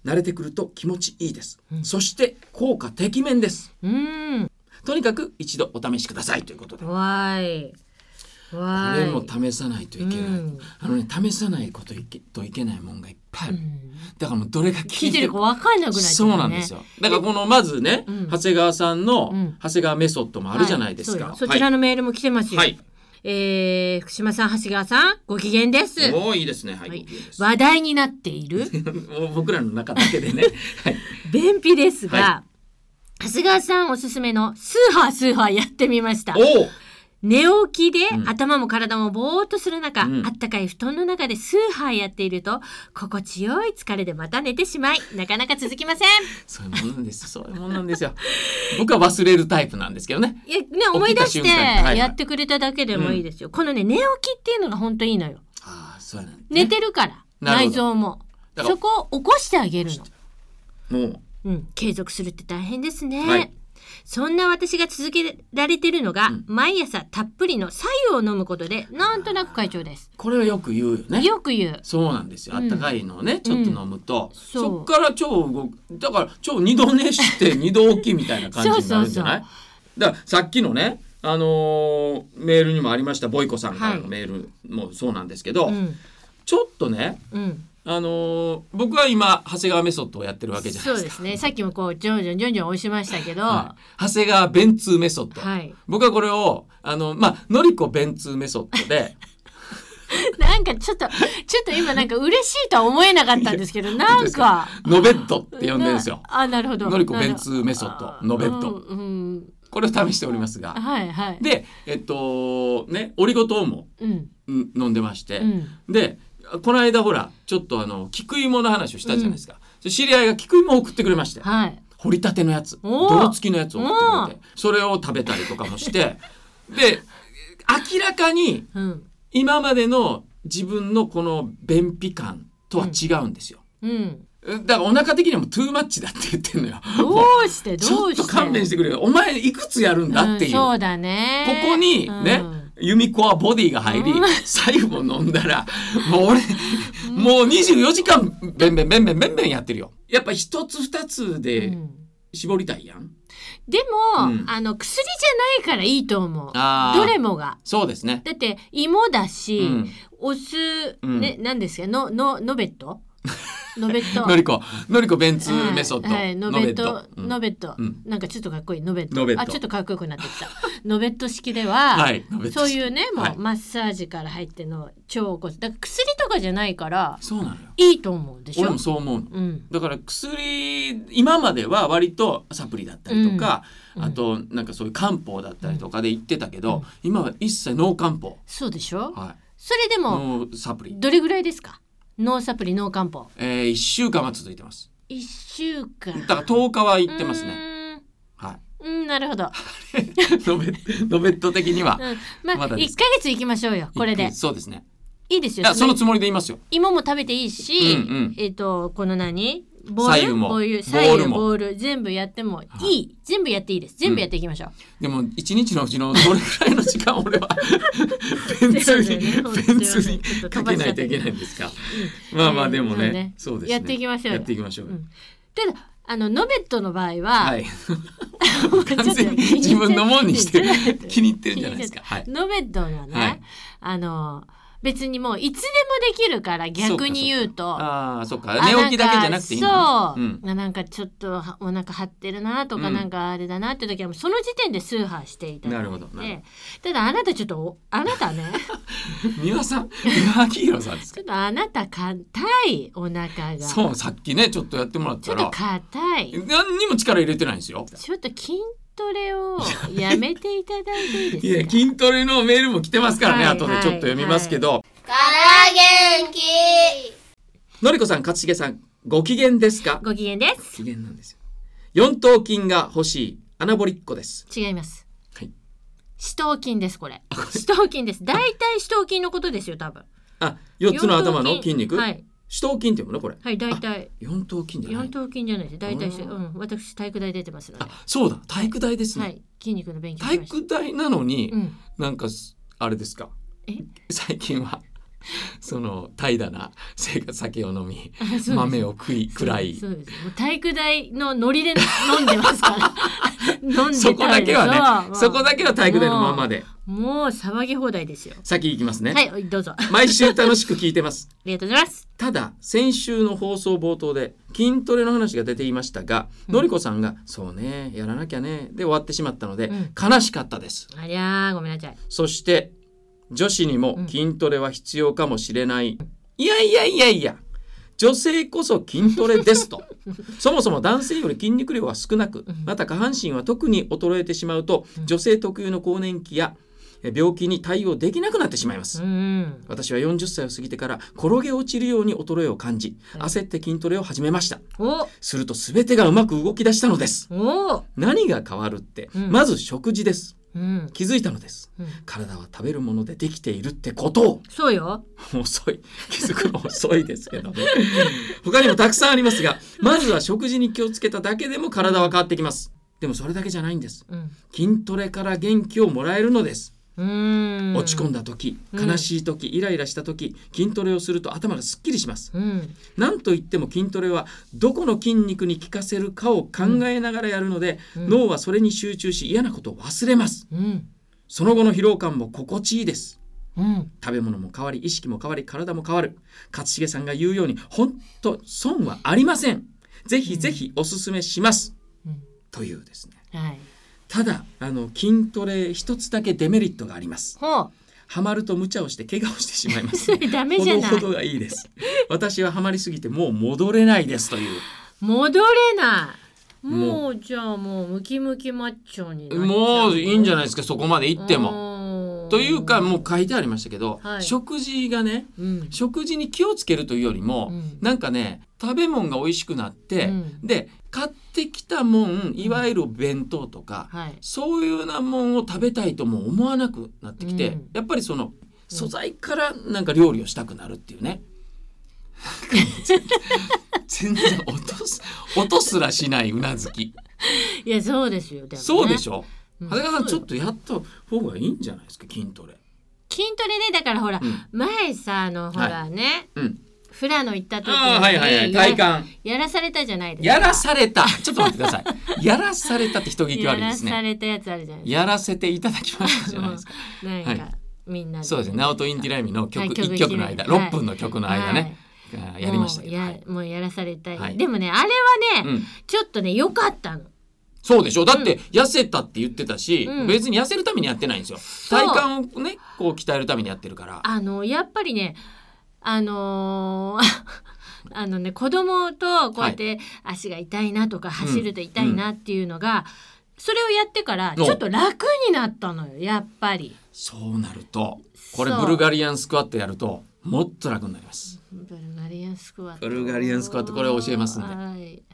Speaker 2: 慣れてくると気持ちいいです、
Speaker 1: うん
Speaker 2: そして効果てきめんです
Speaker 1: うん。
Speaker 2: とにかく一度お試しくださいということでこ
Speaker 1: わーい。わー
Speaker 2: れ
Speaker 1: い。
Speaker 2: も試さないといけない、
Speaker 1: うん
Speaker 2: あのね試さないこといけといけないもんがいっぱいあ
Speaker 1: う
Speaker 2: る、
Speaker 1: ん
Speaker 2: だからもうどれが効いて
Speaker 1: 聞いてるか分かんなくなっちゃう、ね、
Speaker 2: そうなんですよ。だからこのまずね、
Speaker 1: うん
Speaker 2: 長谷川さんの
Speaker 1: うん
Speaker 2: 長谷川メソッドもあるじゃないですか。
Speaker 1: はそうよそちらのメールも来てますよ、
Speaker 2: はい。
Speaker 1: えー、福島さん長谷川さんご機嫌です
Speaker 2: はい、もういいですね。はい。
Speaker 1: はい
Speaker 2: ご機嫌です
Speaker 1: 話題になってい る
Speaker 2: もう僕らの中だけ でね。はい。
Speaker 1: 便秘ですが、
Speaker 2: は
Speaker 1: 長谷川さんおすすめのスーハースーハーやってみました
Speaker 2: おお。
Speaker 1: 寝起きで
Speaker 2: うん
Speaker 1: 頭も体もぼーっとする中、
Speaker 2: うん
Speaker 1: あったかい布団の中でスーハーやっていると心地よい疲れでまた寝てしまいなかなか続きません
Speaker 2: そういうもんなんです。そういうもんなんですよ。僕は忘れるタイプなんですけどね。
Speaker 1: いや、ね、思い出し
Speaker 2: 起きた瞬間には
Speaker 1: て
Speaker 2: い
Speaker 1: やってくれただけでもいいですよ、このね寝起きっていうのが本当いいのよ
Speaker 2: ああ、そうやね。
Speaker 1: 寝てるから
Speaker 2: なる
Speaker 1: 内
Speaker 2: ほど
Speaker 1: 臓も
Speaker 2: だから
Speaker 1: そこを起こしてあげるの、
Speaker 2: もう
Speaker 1: うん、継続するって大変ですね、
Speaker 2: はい
Speaker 1: そんな私が続けられてるのが、
Speaker 2: ん
Speaker 1: 毎朝たっぷりの白湯を飲むことでなんとなく快調です。
Speaker 2: これはよく言うよね
Speaker 1: よく言う。
Speaker 2: そうなんですよあ
Speaker 1: うん
Speaker 2: ったかいのをね、ちょっと飲むと、
Speaker 1: そう
Speaker 2: そっから腸動くだから腸二度 寝して二度起きみたいな感じになるんじゃない
Speaker 1: そう
Speaker 2: だからさっきのねあのーメールにもありましたボイコさんから
Speaker 1: は
Speaker 2: の
Speaker 1: い
Speaker 2: メールもそうなんですけど、
Speaker 1: うん。
Speaker 2: ちょっとね
Speaker 1: うん。
Speaker 2: あのー僕は今長谷川メソッドをやってるわけじゃな
Speaker 1: そ
Speaker 2: い
Speaker 1: う
Speaker 2: です
Speaker 1: で
Speaker 2: か。
Speaker 1: すね。さっきもこう、じょんじょんじょんじょん押しましたけど、は
Speaker 2: はい、長谷川ベンツーメソッ
Speaker 1: い。
Speaker 2: ド、僕はこれをあのまあのりこベンツーメソッドで
Speaker 1: なんかちょっと、ちょっと今なんか嬉しいとは思えなかったんですけど、なんか。
Speaker 2: ノベッドって呼んでるんですよ
Speaker 1: な。あ、なるほど。
Speaker 2: のりこベンツメソッド
Speaker 1: なるほど
Speaker 2: ノベッド
Speaker 1: うんうん
Speaker 2: これを試しておりますが、
Speaker 1: はいはい。
Speaker 2: でえっとねオリゴ糖も
Speaker 1: うん。
Speaker 2: ん飲んでまして、
Speaker 1: うん。
Speaker 2: でこの間ほらちょっとあの菊芋の話をしたじゃないですか、で知り合いが菊芋を送ってくれまして
Speaker 1: はい。
Speaker 2: 掘りたてのやつ
Speaker 1: おー
Speaker 2: 泥付きのやつを送ってくれてそれを食べたりとかもしてで明らかに
Speaker 1: うん。
Speaker 2: 今までの自分のこの便秘感とは違うんですよ。
Speaker 1: うん。
Speaker 2: だからお腹的にはもうトゥーマッチだって言ってんのよ。
Speaker 1: ど
Speaker 2: も
Speaker 1: うして
Speaker 2: うち
Speaker 1: ど
Speaker 2: ょ
Speaker 1: う
Speaker 2: っ
Speaker 1: して
Speaker 2: と勘弁してくれよ。お前いくつやるんだっていう。
Speaker 1: んそうだね。
Speaker 2: ここにね、
Speaker 1: うん
Speaker 2: ユミコはボディが入り
Speaker 1: うん、
Speaker 2: 最後飲んだら、もう俺、もう24時間、べんべんべんべんべんべんやってるよ。やっぱ一つ二つ
Speaker 1: う
Speaker 2: で
Speaker 1: ん
Speaker 2: 絞りたいやん。
Speaker 1: でも、
Speaker 2: うん
Speaker 1: あの薬じゃないからいいと思う
Speaker 2: あー
Speaker 1: どれもが
Speaker 2: そうですね。
Speaker 1: だって芋だし、
Speaker 2: うん。
Speaker 1: お酢、
Speaker 2: うん
Speaker 1: ね何ですかのののべっ とのべっと
Speaker 2: のりこ、のりこベンツ
Speaker 1: はい
Speaker 2: メソッド。
Speaker 1: はい、の
Speaker 2: ノ
Speaker 1: べ
Speaker 2: ベ
Speaker 1: っ
Speaker 2: ッ
Speaker 1: と
Speaker 2: ト。うん
Speaker 1: のべっと、
Speaker 2: うん
Speaker 1: なんかちょっとかっこいいのべっと
Speaker 2: のべっと
Speaker 1: あちょっとかっこよくなってき たのべっと式では、
Speaker 2: はい、ノベット
Speaker 1: そういうねもう、
Speaker 2: はい
Speaker 1: マッサージから入っての超骨だから薬とかじゃないから
Speaker 2: そうなのよ。
Speaker 1: いいと思うでしょ
Speaker 2: 俺もそう思うの。
Speaker 1: うん
Speaker 2: だから薬今までは割とサプリだったりとか、
Speaker 1: うん
Speaker 2: あとなんかそういう漢方だったりとかで言ってたけ
Speaker 1: う
Speaker 2: ど、
Speaker 1: ん
Speaker 2: 今は一切ノー漢方、
Speaker 1: そうでしょ
Speaker 2: はい、
Speaker 1: それでも
Speaker 2: ノーサプリ、
Speaker 1: どれぐらいですかノーサプリノー漢方
Speaker 2: えー、1週間は続いてます
Speaker 1: 一週間
Speaker 2: だから10日は行ってますね、
Speaker 1: ね
Speaker 2: はい、
Speaker 1: うんなるほど、
Speaker 2: ノベノベット的には
Speaker 1: うん、まあ
Speaker 2: まだで
Speaker 1: 1
Speaker 2: す
Speaker 1: ヶ月行きましょうよ これ
Speaker 2: 行
Speaker 1: で
Speaker 2: くそうですね
Speaker 1: いいです
Speaker 2: い
Speaker 1: よ
Speaker 2: やそのつもりで言いますよ
Speaker 1: 芋も食べていいし、
Speaker 2: うんうん
Speaker 1: えっ、とこの何ボー
Speaker 2: 左右
Speaker 1: ル
Speaker 2: も
Speaker 1: ボール
Speaker 2: ボール
Speaker 1: 左右
Speaker 2: も
Speaker 1: ボール全部やってもいい、全部やっていいです全部やっていきましょう、
Speaker 2: でも一日のうちのどれくらいの時間 俺はベンツに
Speaker 1: そうだよね
Speaker 2: ベンツに
Speaker 1: ちょっと
Speaker 2: か
Speaker 1: 飛ば
Speaker 2: け
Speaker 1: しち
Speaker 2: な
Speaker 1: ゃった
Speaker 2: いと
Speaker 1: け
Speaker 2: い
Speaker 1: ど
Speaker 2: けないんですかまあまあでも
Speaker 1: そう
Speaker 2: ね
Speaker 1: ね
Speaker 2: そうですね
Speaker 1: やっていきましょうよ
Speaker 2: やっていきましょうよ、
Speaker 1: うんただあのノベットの場合は、
Speaker 2: はい
Speaker 1: もうちょっと
Speaker 2: 完全に 自分のもんにして
Speaker 1: 気に入っちゃって
Speaker 2: 気に入ってるんじゃないですか。はい。
Speaker 1: ノベットはね、
Speaker 2: はい
Speaker 1: あの別にもういつでもできるから逆に言うと
Speaker 2: ああ、そっか。
Speaker 1: あ
Speaker 2: 寝起きだけじゃなくていいの
Speaker 1: な
Speaker 2: ね
Speaker 1: んかそう、
Speaker 2: ん
Speaker 1: あなんかちょっとはお腹張ってるなとか、
Speaker 2: うん
Speaker 1: なんかあれだなって時はもうその時点で数波していただいて
Speaker 2: なるほどなる
Speaker 1: ただあなたちょっとおあなたね
Speaker 2: 三輪さん、三輪明宏さんです
Speaker 1: ち
Speaker 2: か。
Speaker 1: ょっとあなた硬いお腹が
Speaker 2: そう、さっきね、ちょっとやってもらっ
Speaker 1: ちょ
Speaker 2: た
Speaker 1: っと
Speaker 2: ら、
Speaker 1: 硬い
Speaker 2: 何にも力入れてないんですよ。
Speaker 1: ちょっと筋トレをやめていただいていい
Speaker 2: いや、
Speaker 1: ですか
Speaker 2: 筋トレのメールも来てますからね。
Speaker 1: はい
Speaker 2: 後でちょっと読みますけど、
Speaker 3: から元気
Speaker 2: のりこさん、勝重さん、ご機嫌ですか。
Speaker 1: ご機嫌です
Speaker 2: 機嫌なんですよ。四頭筋が欲しいアナボリッコです。
Speaker 1: 違います
Speaker 2: はい
Speaker 1: 四頭筋ですこれ四頭筋です大体四頭筋のことですよ多分
Speaker 2: あ、四つの頭の
Speaker 1: 四頭
Speaker 2: 筋肉、
Speaker 1: はい
Speaker 2: 四頭筋っていうのこれ。
Speaker 1: はい大体
Speaker 2: 四頭筋じゃない
Speaker 1: 四。頭筋じゃないです大体し
Speaker 2: う
Speaker 1: うんん私体育大出てますので
Speaker 2: あ、そうだ。体育大ですね。
Speaker 1: はい筋肉の勉強
Speaker 2: 体
Speaker 1: しました
Speaker 2: 育大なのに、
Speaker 1: うん
Speaker 2: なんかすあれですか
Speaker 1: え
Speaker 2: 最近は その怠惰な生活酒を飲み
Speaker 1: あそうです
Speaker 2: 豆を食い食らい
Speaker 1: そうですもう体育大のノリで飲んでますから 飲んで
Speaker 2: そこだけはねそこだけは体育大のまま
Speaker 1: で
Speaker 2: で
Speaker 1: もう騒ぎ放題ですよ
Speaker 2: 先行きますね、
Speaker 1: はいどうぞあ
Speaker 2: 毎週楽しく聞いてます
Speaker 1: りがとうございます
Speaker 2: ただ先週の放送冒頭で筋トレの話が出ていましたが、
Speaker 1: うん
Speaker 2: のりこさんが「そうねやらなきゃね」で終わってしまったので、
Speaker 1: うん
Speaker 2: 悲しかったです
Speaker 1: ありゃーごめんなさい
Speaker 2: そして女子にも
Speaker 1: うん
Speaker 2: 筋トレは必要かもしれない、いやいやいやいや女性こそ筋トレで すとそもそも男性より筋肉量は少なく
Speaker 1: うん
Speaker 2: また下半身は特に衰えてしまうと
Speaker 1: うん
Speaker 2: 女性特有の更年期やえ病気に対応できなくなってしまいま
Speaker 1: う
Speaker 2: す
Speaker 1: ん
Speaker 2: 私は40歳を過ぎてから転げ落ちるように衰えを感じ
Speaker 1: はい
Speaker 2: 焦って筋トレを始めました
Speaker 1: お
Speaker 2: すると全てがうまく動き出したのです
Speaker 1: お
Speaker 2: 何が変わるって
Speaker 1: うん
Speaker 2: まず食事です
Speaker 1: うん
Speaker 2: 気づいたのです
Speaker 1: うん
Speaker 2: 体は食べるものでできているってことを
Speaker 1: そうよ
Speaker 2: 遅い気づくの遅いですけどね 他にもたくさんありますがまずは食事に気をつけただけでも体は変わってきますでもそれだけじゃないんです
Speaker 1: うん
Speaker 2: 筋トレから元気をもらえるのです
Speaker 1: うーん
Speaker 2: 落ち込んだ時
Speaker 1: うん
Speaker 2: 悲しい時イライラした時筋トレをすると頭がすっきりします
Speaker 1: うん
Speaker 2: なんといっても筋トレはどこの筋肉に効かせるかを考えながらやるので、
Speaker 1: うん
Speaker 2: 脳はそれに集中し嫌なことを忘れます
Speaker 1: うん
Speaker 2: その後の疲労感も心地いいです
Speaker 1: うん
Speaker 2: 食べ物も変わり意識も変わり体も変わる勝重さんが言うように本当損はありませんぜひぜひおすすめします、
Speaker 1: うん
Speaker 2: というですね
Speaker 1: はい
Speaker 2: ただあの筋トレ一つだけデメリットがあります
Speaker 1: ほ う
Speaker 2: ハマると無茶をして怪我をしてしまいます
Speaker 1: それ ダメじゃない
Speaker 2: ほどほどがいいです私はハマりすぎてもう戻れないですという
Speaker 1: 戻れない
Speaker 2: もう
Speaker 1: もうじゃあもうムキムキマッチョになっちゃ
Speaker 2: もういいんじゃないです
Speaker 1: か
Speaker 2: かそこまで行っても。
Speaker 1: も
Speaker 2: というかもう書いてありましたけど、
Speaker 1: はい
Speaker 2: 食事がね
Speaker 1: うん
Speaker 2: 食事に気をつけるというよりも、
Speaker 1: うん
Speaker 2: なんかね食べ物が美味しくなって、
Speaker 1: うん
Speaker 2: で買ってきたもんいわゆる弁当とか、
Speaker 1: はい
Speaker 2: そういうようなもんを食べたいとも思わなくなってきて、
Speaker 1: うん
Speaker 2: やっぱりその素材からなんか料理をしたくなるってい うね。全然音す音すらしないうなずき。
Speaker 1: いやそうですよでも、ね、
Speaker 2: そうでし
Speaker 1: ょ、
Speaker 2: ょ
Speaker 1: うん
Speaker 2: 長谷川さんち
Speaker 1: そう
Speaker 2: ょっ
Speaker 1: よ
Speaker 2: とやった方がいいんじゃないですか筋トレ。
Speaker 1: 筋トレねだからほら、
Speaker 2: うん
Speaker 1: 前さあのほらね、
Speaker 2: うん。
Speaker 1: 富良野行った時に
Speaker 2: ああはいはいはい
Speaker 1: やら
Speaker 2: 体幹。
Speaker 1: やらされたじゃないですか
Speaker 2: やらされた。ちょっと待ってください。やらされたって人聞き悪いです
Speaker 1: やらさ
Speaker 2: ね。
Speaker 1: れたやつあるじゃないです
Speaker 2: やらせていただきましたじゃないですか。
Speaker 1: かなんか、
Speaker 2: はい
Speaker 1: みんな
Speaker 2: そうですね。ナオトインティライミの曲
Speaker 1: はい
Speaker 2: 一曲の間、
Speaker 1: はい
Speaker 2: 六分の曲の間ね、あーやりましたけど。
Speaker 1: もう
Speaker 2: は
Speaker 1: や
Speaker 2: い
Speaker 1: もうやらされたい、
Speaker 2: はい
Speaker 1: でもねあれはね、
Speaker 2: うん
Speaker 1: ちょっとね良かったの
Speaker 2: そうでしょだって痩せたって言ってたし、
Speaker 1: うん
Speaker 2: 別に痩せるためにやってないんですよ
Speaker 1: う
Speaker 2: 体幹をねこう鍛えるためにやってるから
Speaker 1: あのやっぱりねあのー あのね子供とこうやって足が痛いなとか走ると痛いなっていうのが、それをやってからち
Speaker 2: お
Speaker 1: ょっと楽になったのよやっぱり
Speaker 2: そうなるとこれ
Speaker 1: そう
Speaker 2: ブルガリアンスクワットやるともっと楽になります
Speaker 1: ブルガリアンスクワット
Speaker 2: ブルガリアンスクワットこれ教えますんで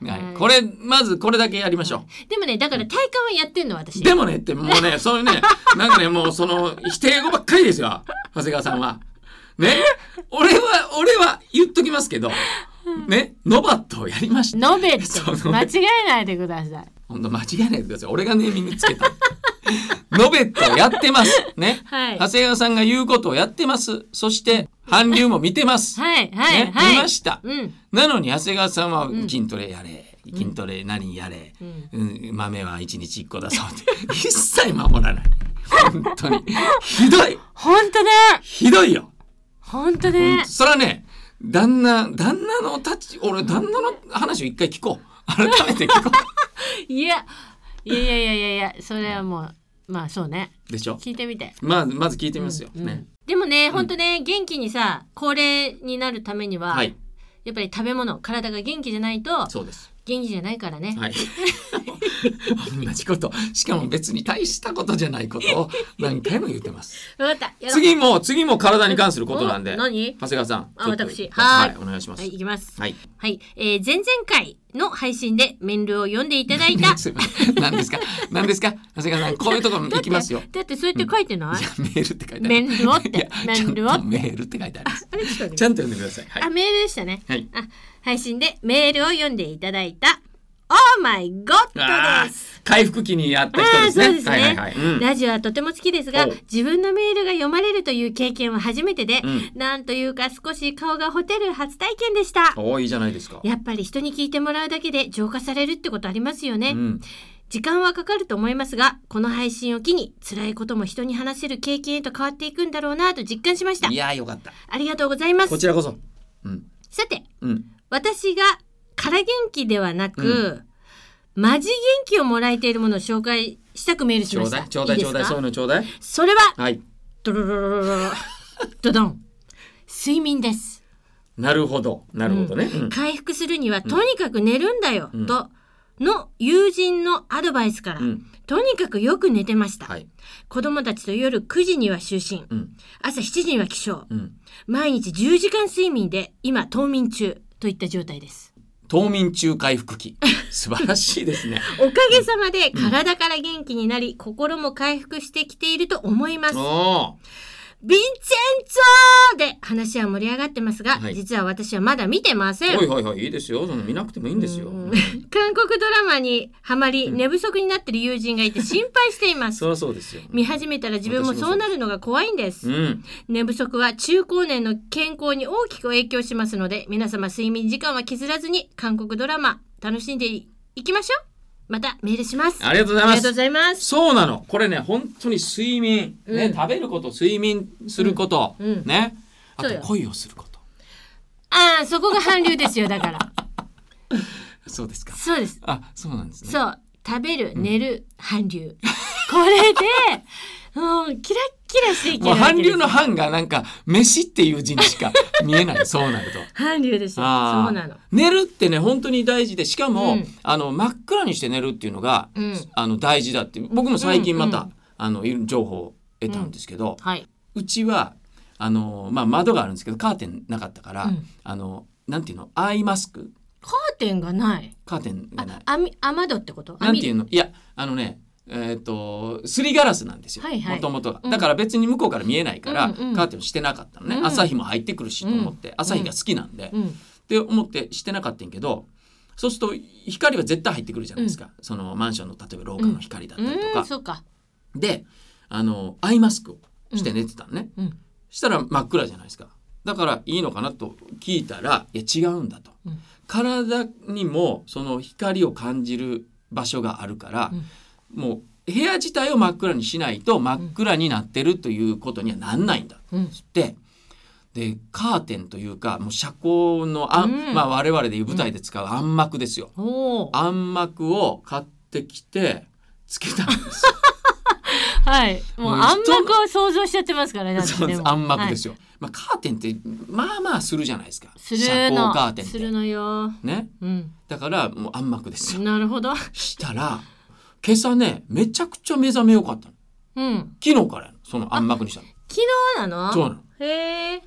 Speaker 1: はい
Speaker 2: はい、これまずこれだけやりましょう、
Speaker 1: でもねだから体幹はやってんの私
Speaker 2: でもねってもう ねそういうねなんかねもうその否定語ばっかりですよ長谷川さんは。ね俺は俺は言っときますけどねノバットをやりました
Speaker 1: 述べ
Speaker 2: そ
Speaker 1: て
Speaker 2: う述べ
Speaker 1: 間違えないでください
Speaker 2: ほんと間違えないでください俺がネーミングつけたノベットをやってますね、
Speaker 1: はい
Speaker 2: 長谷川さんが言うことをやってますそして韓流も見てます、
Speaker 1: はいはい、
Speaker 2: ね
Speaker 1: はい
Speaker 2: 見ました
Speaker 1: うん
Speaker 2: なのに長谷川さんは
Speaker 1: ん
Speaker 2: 筋トレやれ、筋トレ何やれ、
Speaker 1: うん
Speaker 2: うん、豆は一日一個だそうって 一切守らない本当にひどい
Speaker 1: 本当ね
Speaker 2: ひどいよ、
Speaker 1: 本当
Speaker 2: うん
Speaker 1: ね
Speaker 2: それはね旦那旦那のたち俺旦那の話を一回聞こう改めて聞こ
Speaker 1: いやいやいやいやいやいやそれはもうまあそうね
Speaker 2: うでしょ
Speaker 1: 聞いてみて
Speaker 2: まあまず聞いてみますよ、
Speaker 1: うん
Speaker 2: ね
Speaker 1: でもね本当ね元気にさ高齢になるためには、
Speaker 2: はい
Speaker 1: やっぱり食べ物体が元気じゃないと
Speaker 2: そうです
Speaker 1: 元気じゃないからね、
Speaker 2: はい同じことしかも別に大したことじゃないことを何回も言ってます
Speaker 1: 分かったやろう
Speaker 2: 次も次も体に関することなんで
Speaker 1: お
Speaker 2: 長
Speaker 1: 何
Speaker 2: 谷川さん
Speaker 1: あ
Speaker 2: ちょっと
Speaker 1: 私は
Speaker 2: はいいお願いします
Speaker 1: はいいきます
Speaker 2: はい
Speaker 1: はい、えー前々回の配信でメールを読んでいただいた
Speaker 2: すいません 何ですか何ですか長谷川 さんこういうところも行きますよい
Speaker 1: だってそうやって書いてない、
Speaker 2: やメールって書いてある
Speaker 1: メールをって
Speaker 2: いや
Speaker 1: メールを
Speaker 2: ちゃ
Speaker 1: っ
Speaker 2: んと
Speaker 1: て
Speaker 2: メールって書いてあります
Speaker 1: あれちょっと待って
Speaker 2: ちゃんと読んでくださいは
Speaker 1: あ
Speaker 2: い
Speaker 1: メールでしたね
Speaker 2: はい
Speaker 1: あ配信でメールを読んでいただいたオーマイゴッ
Speaker 2: あ
Speaker 1: ド
Speaker 2: ー
Speaker 1: です
Speaker 2: 回復期にやった人です
Speaker 1: あーそう
Speaker 2: ね
Speaker 1: ですね
Speaker 2: はいはいはい、うん
Speaker 1: ラジオはとても好きですが
Speaker 2: お
Speaker 1: 自分のメールが読まれるという経験は初めてで、
Speaker 2: うん
Speaker 1: なんというか少し顔がホテル初体験でした
Speaker 2: おーいいじゃないですか
Speaker 1: やっぱり人に聞いてもらうだけで浄化されるってことありますよね、
Speaker 2: うん
Speaker 1: 時間はかかると思いますがこの配信を機に辛いことも人に話せる経験へと変わっていくんだろうなと実感しました
Speaker 2: いやーよかった
Speaker 1: ありがとうございま
Speaker 2: こ
Speaker 1: す
Speaker 2: ちらこそうん
Speaker 1: さて
Speaker 2: うん
Speaker 1: 私がから元気ではなく、マジ元気をもらえているものを紹介したくメールし
Speaker 2: ちょ
Speaker 1: ま
Speaker 2: う
Speaker 1: し
Speaker 2: だ
Speaker 1: た
Speaker 2: いちょうだいちょうだい
Speaker 1: です
Speaker 2: そ
Speaker 1: か
Speaker 2: ういうのちょうだい
Speaker 1: それは
Speaker 2: はい
Speaker 1: ドロロロロロロドドン睡眠です
Speaker 2: なるほどなるほどね、うん
Speaker 1: 回復するにはとにかく寝るんだよ、
Speaker 2: うん
Speaker 1: との友人のアドバイスから、
Speaker 2: うん
Speaker 1: とにかくよく寝てました、
Speaker 2: はい
Speaker 1: 子供たちと夜9時には就寝
Speaker 2: うん
Speaker 1: 朝7時には起床
Speaker 2: うん
Speaker 1: 毎日10時間睡眠で今冬眠中といった状態です
Speaker 2: 冬眠中回復 期素晴らしいですね
Speaker 1: おかげさまで体から元気になり、心も回復してきていると思います
Speaker 2: おー
Speaker 1: ヴィンチェンツォで話は盛り上がってますが、
Speaker 2: はい
Speaker 1: 実は私はまだ見てません。
Speaker 2: はいはいはいいいですよその見なくてもいいんですよ
Speaker 1: うん 韓国ドラマにハマり寝不足になってる友人がいて心配しています
Speaker 2: そりゃそうですよ
Speaker 1: 見始めたら自分もそうなるのが怖いんです
Speaker 2: うん
Speaker 1: 寝不足は中高年の健康に大きく影響しますので皆様睡眠時間は削らずに韓国ドラマ楽しんでいきましょうまたメールします
Speaker 2: ありがとうござい
Speaker 1: あ
Speaker 2: ま
Speaker 1: りがとうご
Speaker 2: す
Speaker 1: ざいます
Speaker 2: そうなのこれね本当に睡眠、
Speaker 1: う
Speaker 2: ね
Speaker 1: ん
Speaker 2: 食べること睡眠すること、
Speaker 1: うんうん
Speaker 2: ねあ
Speaker 1: そう
Speaker 2: と
Speaker 1: よ
Speaker 2: 恋をすること
Speaker 1: ああそこが韓流ですよだから
Speaker 2: そうですか
Speaker 1: そうです
Speaker 2: あそうなんですね
Speaker 1: そう食べる寝る韓流 これでもうキラッキラしていける
Speaker 2: もう
Speaker 1: わけ
Speaker 2: 韓
Speaker 1: です
Speaker 2: 流の韓がなんか飯っていう字に しか見えないそうなると
Speaker 1: 韓流ですよ
Speaker 2: あー
Speaker 1: そうなの
Speaker 2: 寝るってね本当に大事でしかも、
Speaker 1: うん
Speaker 2: あの真っ暗にして寝るっていうのが、
Speaker 1: うん
Speaker 2: あの大事だって僕も最近また、
Speaker 1: うんう
Speaker 2: あのい情報を得たんですけど、
Speaker 1: はい、
Speaker 2: うちはあの、まあ、窓があるんですけどカーテンなかったから、
Speaker 1: うん
Speaker 2: あのなんていうのアイマスク
Speaker 1: カーテンがない
Speaker 2: カーテンがない
Speaker 1: あ網雨戸ってこと
Speaker 2: なんていう
Speaker 1: の
Speaker 2: のいやあのねえっ、とすりガラスなんですよ
Speaker 1: はいはい
Speaker 2: もともとが
Speaker 1: うん
Speaker 2: だから別に向こうから見えないから、
Speaker 1: うんうん
Speaker 2: カーテンをしてなかったのね、
Speaker 1: うん
Speaker 2: 朝日も入ってくるしと思って、朝日が好きなんで、っ
Speaker 1: うん
Speaker 2: て思ってしてなかったんやけどそうすると光は絶対入ってくるじゃないですか、そのマンションの例えば廊下の光だったりと
Speaker 1: う
Speaker 2: か
Speaker 1: ん、そうか
Speaker 2: であのアイマスクをして寝てたのね、
Speaker 1: うん
Speaker 2: したら真っ暗じゃないですかだからいいのかなと聞いたらいや違うんだと、
Speaker 1: うん
Speaker 2: 体にもその光を感じる場所があるから、もう部屋自体を真っ暗にしないと真っ暗になってるということにはなんないんだ
Speaker 1: うん
Speaker 2: つってでカーテンというかもう遮光のあ、
Speaker 1: うん
Speaker 2: まあ、我々でいう舞台で使う暗幕ですよ、
Speaker 1: おお
Speaker 2: 暗幕を買ってきてつけたんですよ
Speaker 1: はいもう
Speaker 2: もう
Speaker 1: 暗幕を想像しちゃってますからねだって
Speaker 2: そうです
Speaker 1: も
Speaker 2: 暗幕です
Speaker 1: よ、
Speaker 2: よ、まあ、カーテンってまあまあするじゃないですか
Speaker 1: はいする
Speaker 2: 遮
Speaker 1: の
Speaker 2: 光カーテンっ
Speaker 1: す
Speaker 2: て
Speaker 1: るのよ
Speaker 2: ね
Speaker 1: うん
Speaker 2: だからもう暗幕ですよ
Speaker 1: なるほど
Speaker 2: したら今朝ねめちゃくちゃ目覚めよかったの
Speaker 1: うん
Speaker 2: 昨日からやのその暗幕にしたの
Speaker 1: 昨日なの
Speaker 2: そうなの
Speaker 1: へえ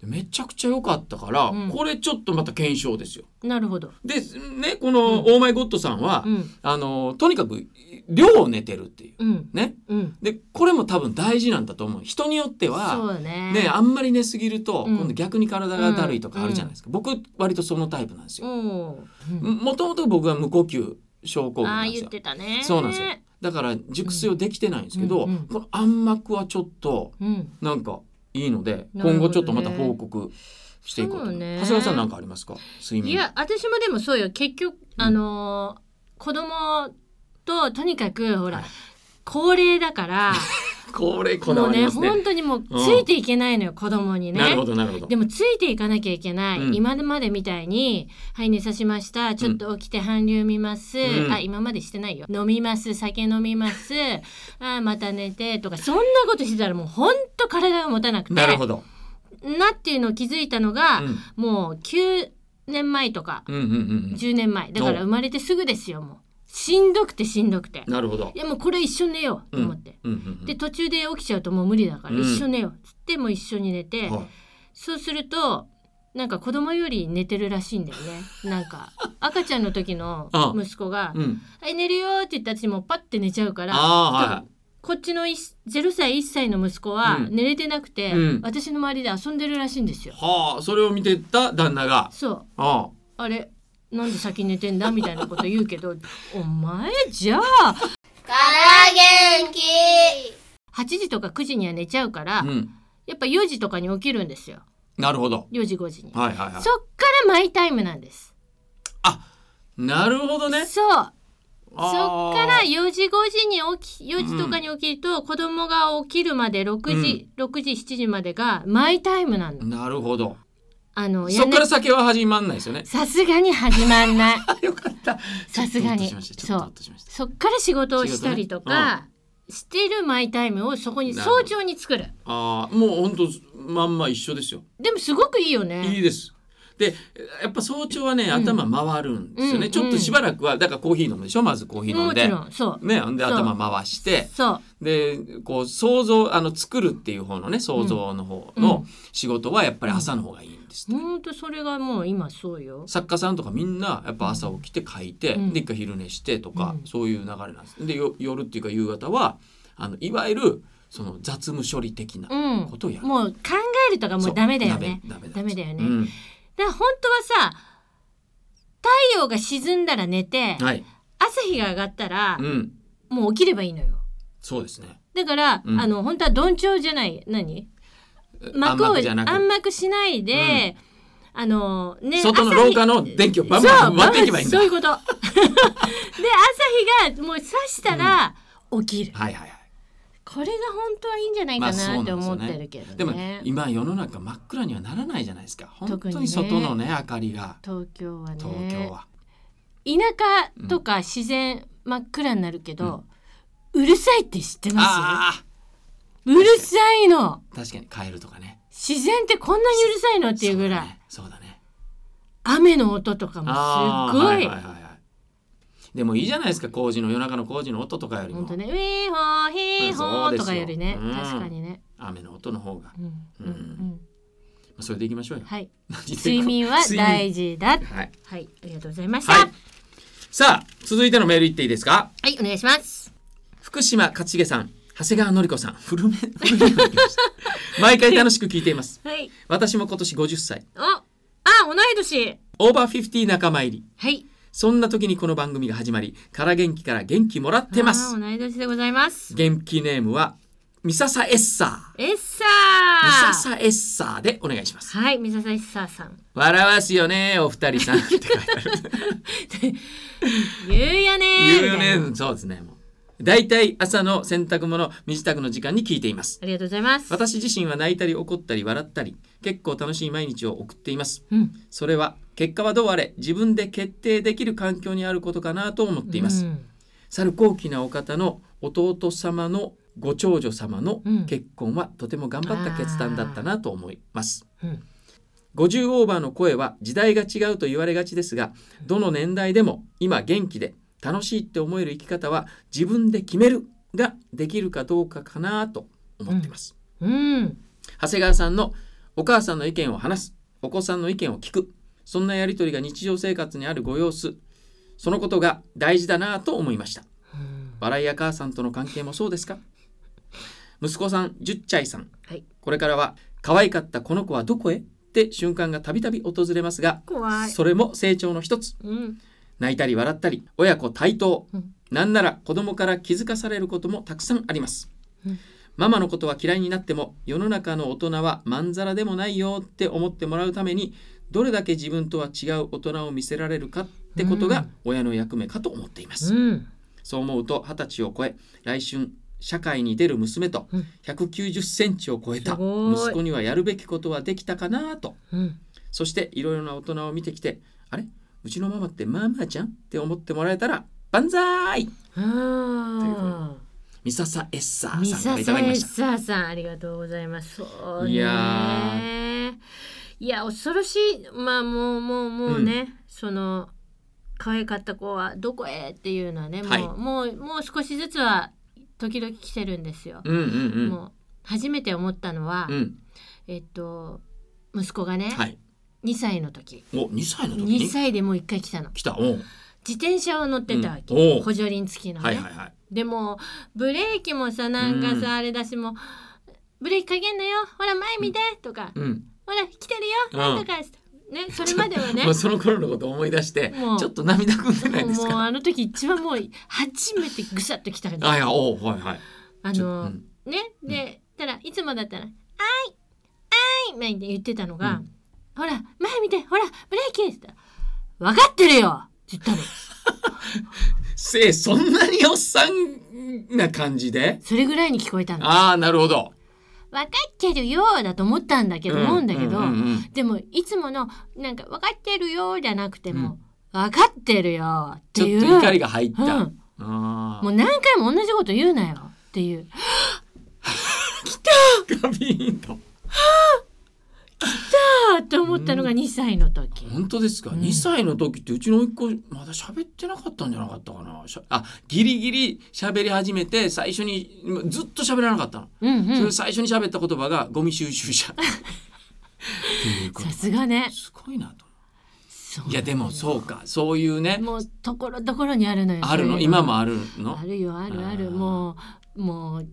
Speaker 2: でめちゃくちゃ良かったから、
Speaker 1: うん
Speaker 2: これちょっとまた検証ですよ
Speaker 1: なるほど
Speaker 2: でねこのオーマイゴッドさんは、
Speaker 1: うん
Speaker 2: あのとにかく量を寝てるっていう
Speaker 1: うん
Speaker 2: ね
Speaker 1: うん
Speaker 2: でこれも多分大事なんだと思う人によっては
Speaker 1: そうだね
Speaker 2: ね、あんまり寝すぎると、
Speaker 1: うん
Speaker 2: 今度逆に体がだるいとかあるじゃないですか、僕割とそのタイプなんです
Speaker 1: お
Speaker 2: よ、
Speaker 1: おー、うん
Speaker 2: もともと僕は無呼吸症候群
Speaker 1: あ
Speaker 2: な
Speaker 1: あ
Speaker 2: んです
Speaker 1: 言っ
Speaker 2: よ
Speaker 1: てたね
Speaker 2: そうなんですよだから熟睡をできてないんですけど、
Speaker 1: うんうんうん
Speaker 2: この暗幕はちょっと
Speaker 1: うん
Speaker 2: なんかいいので、
Speaker 1: なるほどね
Speaker 2: 今後ちょっとまた報告していこうと
Speaker 1: そうね
Speaker 2: 長谷川さんなんかありますか睡眠
Speaker 1: いや私もでもそうよ結局あのー子供ととにかくほら、
Speaker 2: はい
Speaker 1: 高齢だから、
Speaker 2: これ こだ
Speaker 1: もう
Speaker 2: わり
Speaker 1: ね
Speaker 2: ますね
Speaker 1: 本当にもうついていけないのよ、子供にね。
Speaker 2: なるほどなるほど
Speaker 1: でもついていかなきゃいけない、
Speaker 2: うん
Speaker 1: 今までみたいに「はい寝さしましたちょっと起きて韓流見ます」
Speaker 2: うん
Speaker 1: あ今までしてないよ「飲みます酒飲み ます」あまた寝てとかそんなことしてたらもうほんと体が持たなくて
Speaker 2: なるほど、
Speaker 1: なっていうのを気づいたの
Speaker 2: うん、
Speaker 1: が、
Speaker 2: うん
Speaker 1: もう9年前とか
Speaker 2: うんうん
Speaker 1: 10年前だから
Speaker 2: お
Speaker 1: 生まれてすぐですよもうしんどくてしんどくて
Speaker 2: うんなるほど
Speaker 1: いやもうこれ一緒に寝ようと思って、
Speaker 2: うんうんうん
Speaker 1: で途中で起きちゃうともう無理だから
Speaker 2: うん
Speaker 1: 一緒に寝ようっつってもう一緒に寝て、
Speaker 2: はい
Speaker 1: そうするとなんか子供より寝てるらしいんだよねなん か赤ちゃんの時の
Speaker 2: あ
Speaker 1: 息子が
Speaker 2: うん、
Speaker 1: 「はい寝るよ」って言った私もうパッて寝ちゃうから
Speaker 2: あ
Speaker 1: こっちのい0歳1歳の息子は
Speaker 2: うん
Speaker 1: 寝れてなくて、
Speaker 2: うん
Speaker 1: 私の周りで遊んでるらしいんですよ。
Speaker 2: あはいはあそれを見てた旦那が
Speaker 1: そう
Speaker 2: ああ
Speaker 1: あれなんで先に寝てんだみたいなこと言う けどお前じゃあ
Speaker 3: から元気
Speaker 1: 8時とか9時には寝ちゃうから、
Speaker 2: うん、
Speaker 1: やっぱ4時とかに起きるんですよ
Speaker 2: なるほど。
Speaker 1: 4時5時に、
Speaker 2: はいはいはい。
Speaker 1: そっからマイタイムなんです、
Speaker 2: なるほどね。
Speaker 1: そうそ
Speaker 2: あ
Speaker 1: っ
Speaker 2: ー
Speaker 1: から4時5時に起き4時とかに起きると、子供が起きるまで6時、6時7時までがマイタイムなの
Speaker 2: なるほど。
Speaker 1: あの
Speaker 2: そっ
Speaker 1: ん
Speaker 2: か
Speaker 1: な
Speaker 2: ら先は始まんないですよ ね。
Speaker 1: さすがに始まんない
Speaker 2: あよかった。
Speaker 1: さすがに
Speaker 2: ちょっとほっとしましたちょっとほっとしました
Speaker 1: そっから仕事をしたりとか、してるマイタイムをそこに
Speaker 2: なるほ
Speaker 1: 早
Speaker 2: ど
Speaker 1: 朝に作る
Speaker 2: ああ、もう本当まんま一緒ですよ。
Speaker 1: でもすごくいいよね
Speaker 2: いいです。で、やっぱ早朝はね、頭回るんです
Speaker 1: う
Speaker 2: よ
Speaker 1: んう
Speaker 2: ね。
Speaker 1: ん
Speaker 2: ちょっとしばらくは、だからコーヒー飲むでしょ。まずコーヒー飲
Speaker 1: も
Speaker 2: ん
Speaker 1: ち
Speaker 2: で。
Speaker 1: ろんそう
Speaker 2: ね、ほんで
Speaker 1: そう
Speaker 2: 頭回して
Speaker 1: そう
Speaker 2: でこう想像あの作るっていう方のね想像の方の仕事はやっぱり朝の方がいいんですね、
Speaker 1: ほんとそれがもう今そうよ
Speaker 2: 作家さんとかみんなやっぱ朝起きて書いて、
Speaker 1: うん
Speaker 2: で一回昼寝してとか、
Speaker 1: うん
Speaker 2: そういう流れなんです。でよ夜っていうか夕方はあのいわゆるその雑務処理的な
Speaker 1: うん
Speaker 2: ことをやる。
Speaker 1: もう考えるとかもうダメだよね
Speaker 2: そう。ダメダ
Speaker 1: ダ
Speaker 2: メ
Speaker 1: メだよね、
Speaker 2: うん
Speaker 1: だから本当はさ太陽が沈んだら寝て、
Speaker 2: はい。
Speaker 1: 朝日が上がったら
Speaker 2: う、ん。
Speaker 1: もう起きればいいのよ
Speaker 2: そうですね。
Speaker 1: だから、
Speaker 2: うん
Speaker 1: あの本当は鈍調じゃない何幕を
Speaker 2: 暗幕じゃなく
Speaker 1: 暗幕しないで、あのね
Speaker 2: 外の廊下の電気をバンバン割っていけばいいんだ
Speaker 1: そう。そ ういうことで朝日がもうさしたら起きる、
Speaker 2: はいはいはい。
Speaker 1: これが本当はいいんじゃない
Speaker 2: ま
Speaker 1: か
Speaker 2: あそ
Speaker 1: なっ
Speaker 2: うなん
Speaker 1: て
Speaker 2: です
Speaker 1: 思
Speaker 2: よ
Speaker 1: って
Speaker 2: ね
Speaker 1: るけどね,、
Speaker 2: でも今世の中真っ暗にはならないじゃないですか。本
Speaker 1: 特に
Speaker 2: 当
Speaker 1: ね
Speaker 2: に外のね明かりが
Speaker 1: 東京はね
Speaker 2: 東京は。
Speaker 1: 田舎とか自然真っ暗になるけど、うるさいって知ってま
Speaker 2: あ
Speaker 1: すうるさいの
Speaker 2: あ確かにカエルとかね。
Speaker 1: 自然ってこんなにうるさいのっていうぐらい
Speaker 2: そうだね。そうだね
Speaker 1: 雨の音とかも
Speaker 2: あ
Speaker 1: す
Speaker 2: あ
Speaker 1: っご
Speaker 2: はい
Speaker 1: い
Speaker 2: はいはいはい。でもいいじゃないですか工事の夜中の工事の音とかより
Speaker 1: 本
Speaker 2: も
Speaker 1: 当ねウィーホーヒーホ
Speaker 2: そう
Speaker 1: ー
Speaker 2: です
Speaker 1: と
Speaker 2: よ
Speaker 1: かよりね
Speaker 2: うん
Speaker 1: 確かにね
Speaker 2: 雨の音の方が。ま
Speaker 1: うん
Speaker 2: う
Speaker 1: うんんうん
Speaker 2: あそれでいきましょうよ。
Speaker 1: はい
Speaker 2: 何で
Speaker 1: 睡眠は
Speaker 2: 睡
Speaker 1: 大事だ
Speaker 2: はい。
Speaker 1: はいありがとうございました
Speaker 2: は。
Speaker 1: はい
Speaker 2: さあ続いてのメールいっていいですか。
Speaker 1: いお願いします
Speaker 2: 福島勝重さん、長谷川紀子さん、古め古めの来ま した毎回楽しく聞いています。
Speaker 1: はい
Speaker 2: 私も今年50歳、
Speaker 1: おあ同い年
Speaker 2: オーバーフィフティ仲間入り。
Speaker 1: はい
Speaker 2: そんな時にこの番組が始まり、から元気から元気もらってま
Speaker 1: あ
Speaker 2: す。
Speaker 1: 同い年でございます
Speaker 2: 元気ネームはミササエッサ
Speaker 1: エッサ
Speaker 2: ー。ミサ
Speaker 1: ー
Speaker 2: サエッサーでお願いします。
Speaker 1: はいミササエッサーさん
Speaker 2: 笑わすよね、お二 人さんって書いてある。
Speaker 1: 言うよねー
Speaker 2: 言う
Speaker 1: みたいな
Speaker 2: よね、そうですね。もうだいたい朝の洗濯物、身支度の時間に聞いています。
Speaker 1: ありがとうございます
Speaker 2: 私自身は泣いたり怒ったり笑ったり結構楽しい毎日を送っています
Speaker 1: うん
Speaker 2: それは結果はどうあれ自分で決定できる環境にあることかなと思っています、
Speaker 1: うん
Speaker 2: 去る高貴なお方の弟様のご長女様の
Speaker 1: うん
Speaker 2: 結婚はとても頑張った決断だったなと思います、
Speaker 1: うん
Speaker 2: 50オーバーの声は時代が違うと言われがちですがどの年代でも今元気で楽しいって思える生き方は自分で決めるができるかどうかかなと思っています、
Speaker 1: うん
Speaker 2: 長谷川さんのお母さんの意見を話すお子さんの意見を聞くそんなやりとりが日常生活にあるご様子そのことが大事だなぁと思いました
Speaker 1: うん
Speaker 2: 笑いや母さんとの関係もそうですか息子さんじゅっちゃいさん
Speaker 1: はい
Speaker 2: これからは可愛かったこの子はどこへって瞬間がたびたび訪れますが
Speaker 1: 怖い
Speaker 2: それも成長の一つ
Speaker 1: うん
Speaker 2: 泣いたり笑ったり親子対等、
Speaker 1: うん
Speaker 2: なんなら子供から気づかされることもたくさんあります、
Speaker 1: うん
Speaker 2: ママのことは嫌いになっても世の中の大人はまんざらでもないよって思ってもらうためにどれだけ自分とは違う大人を見せられるかってことが親の役目かと思っています、
Speaker 1: うん
Speaker 2: そう思うと二十歳を超え来春社会に出る娘と
Speaker 1: うん
Speaker 2: 190センチを超え
Speaker 1: す
Speaker 2: た
Speaker 1: ごい
Speaker 2: 息子にはやるべきことはできたかなと
Speaker 1: うん
Speaker 2: そしていろいろな大人を見てきて、あれうちのママってママじゃんって思ってもらえたら、万歳
Speaker 1: あー
Speaker 2: ミササエッサー
Speaker 1: ミ
Speaker 2: さんか
Speaker 1: ササ
Speaker 2: らいただき
Speaker 1: エ
Speaker 2: ま
Speaker 1: ッ
Speaker 2: した。
Speaker 1: サーさんありがとうございます。そうね
Speaker 2: いや
Speaker 1: いや恐ろしいまあもうもうもうね、その可愛かった子はどこへっていうのはねもう、
Speaker 2: はい
Speaker 1: もうもう少しずつは時々来てるんですよ。
Speaker 2: うんうんうん。
Speaker 1: もう初めて思ったのは、
Speaker 2: うん、
Speaker 1: えっと息子がね、
Speaker 2: はい。
Speaker 1: 2歳の時
Speaker 2: お、2歳の時
Speaker 1: 2
Speaker 2: に
Speaker 1: 歳でもう1回来たの
Speaker 2: 来た。おう
Speaker 1: 自転車を乗ってたわけ、
Speaker 2: うんおう
Speaker 1: 補助輪付きのね。
Speaker 2: はいはいはい。
Speaker 1: でもブレーキもさなんかさ、
Speaker 2: うん
Speaker 1: あれだしもうブレーキかけんなよほら前見て、とか
Speaker 2: うん。
Speaker 1: ほら来てるよ、
Speaker 2: うん
Speaker 1: なんとかしてねそれまではね
Speaker 2: もう その頃のことを思い出して
Speaker 1: も、う
Speaker 2: ちょっと涙ぐんでないです
Speaker 1: もう
Speaker 2: か。
Speaker 1: あの時一番もう初めてぐさっと来たんで
Speaker 2: あいや、おうはいはい。
Speaker 1: あ
Speaker 2: ちょ
Speaker 1: の、
Speaker 2: うん
Speaker 1: ねで、たらいつもだったら「あいあい」なんて言ってたのが「
Speaker 2: うん
Speaker 1: ほら前見てほらブレーキ」って言ったら「分かってるよ」って言ったの
Speaker 2: せい、そんなにおっさんな感じで
Speaker 1: それぐらいに聞こえたの
Speaker 2: ああ、なるほど。
Speaker 1: 「分かってるよ」だと思ったんだけど、思うんだけど、
Speaker 2: うんうんうん
Speaker 1: でもいつものなんか分かってるよじゃなくて
Speaker 2: う
Speaker 1: も、分かってるよって
Speaker 2: ちょ
Speaker 1: いう
Speaker 2: っと怒りが入った。
Speaker 1: うん
Speaker 2: ああ
Speaker 1: もう何回も同じこと言うなよっていう
Speaker 2: ー。ガビーンと。
Speaker 1: あーって思ったのが2歳の時、
Speaker 2: 本当ですか、
Speaker 1: うん
Speaker 2: 2歳の時ってうちの甥っ子まだ喋ってなかったんじゃなかったかなしゃあギリギリ喋り始めて最初にずっと喋らなかったの、
Speaker 1: うんう
Speaker 2: そ
Speaker 1: ん
Speaker 2: れ最初に喋った言葉がゴミ収 集車っていうこと
Speaker 1: さすがね
Speaker 2: すごいなと思
Speaker 1: そうう
Speaker 2: いやでもそうかそういうね
Speaker 1: もうところどころにあるのよ
Speaker 2: ある
Speaker 1: そ
Speaker 2: の
Speaker 1: ういう
Speaker 2: 今もあるの
Speaker 1: あるよあるあ
Speaker 2: あ
Speaker 1: る
Speaker 2: ー
Speaker 1: もうもう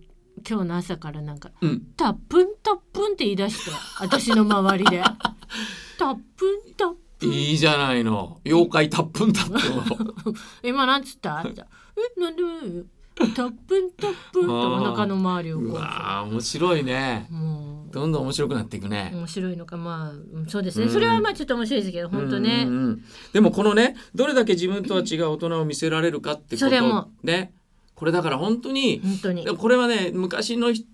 Speaker 1: 今日の朝からなんか
Speaker 2: うん、
Speaker 1: 「たっぷんたっぷん」って言い出して私の周 りで「たっぷんたっぷん」
Speaker 2: いいじゃないの妖怪たっぷんたっぷん
Speaker 1: 今なんつった?」ってえなんで?」たっぷんたっぷん」とお腹の周りをこ
Speaker 2: う
Speaker 1: う
Speaker 2: わー面白いね
Speaker 1: もう
Speaker 2: どんどん面白くなっていくね、
Speaker 1: 面白いのかまあうんそうですね、
Speaker 2: うん
Speaker 1: それはまあちょっと面白いですけど本当ね、
Speaker 2: うんうんうんでもこのねどれだけ自分とは違う大人を見せられるかってこ
Speaker 1: それ
Speaker 2: と
Speaker 1: も
Speaker 2: ねこれだから本当に
Speaker 1: 本当に
Speaker 2: でもこれはね昔のひ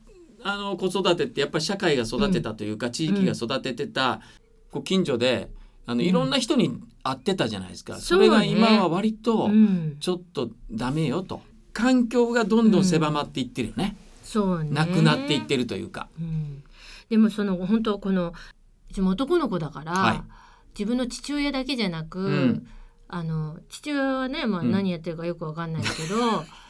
Speaker 2: あの子育てってやっぱり社会が育てたというか、地域が育ててたご近所であの
Speaker 1: うん
Speaker 2: いろんな人に会ってたじゃないですか、
Speaker 1: そ
Speaker 2: そう
Speaker 1: ね
Speaker 2: れが今は割と
Speaker 1: うん
Speaker 2: ちょっとダメよと環境がどんどん狭まっていってるよね、
Speaker 1: そうね
Speaker 2: なくなっていってるというか、
Speaker 1: うん、でもその本当このうちも男の子だから、
Speaker 2: はい
Speaker 1: 自分の父親だけじゃなく、
Speaker 2: ん
Speaker 1: あの父親はね、まあ、
Speaker 2: うん
Speaker 1: 何やってるかよくわかんないけど、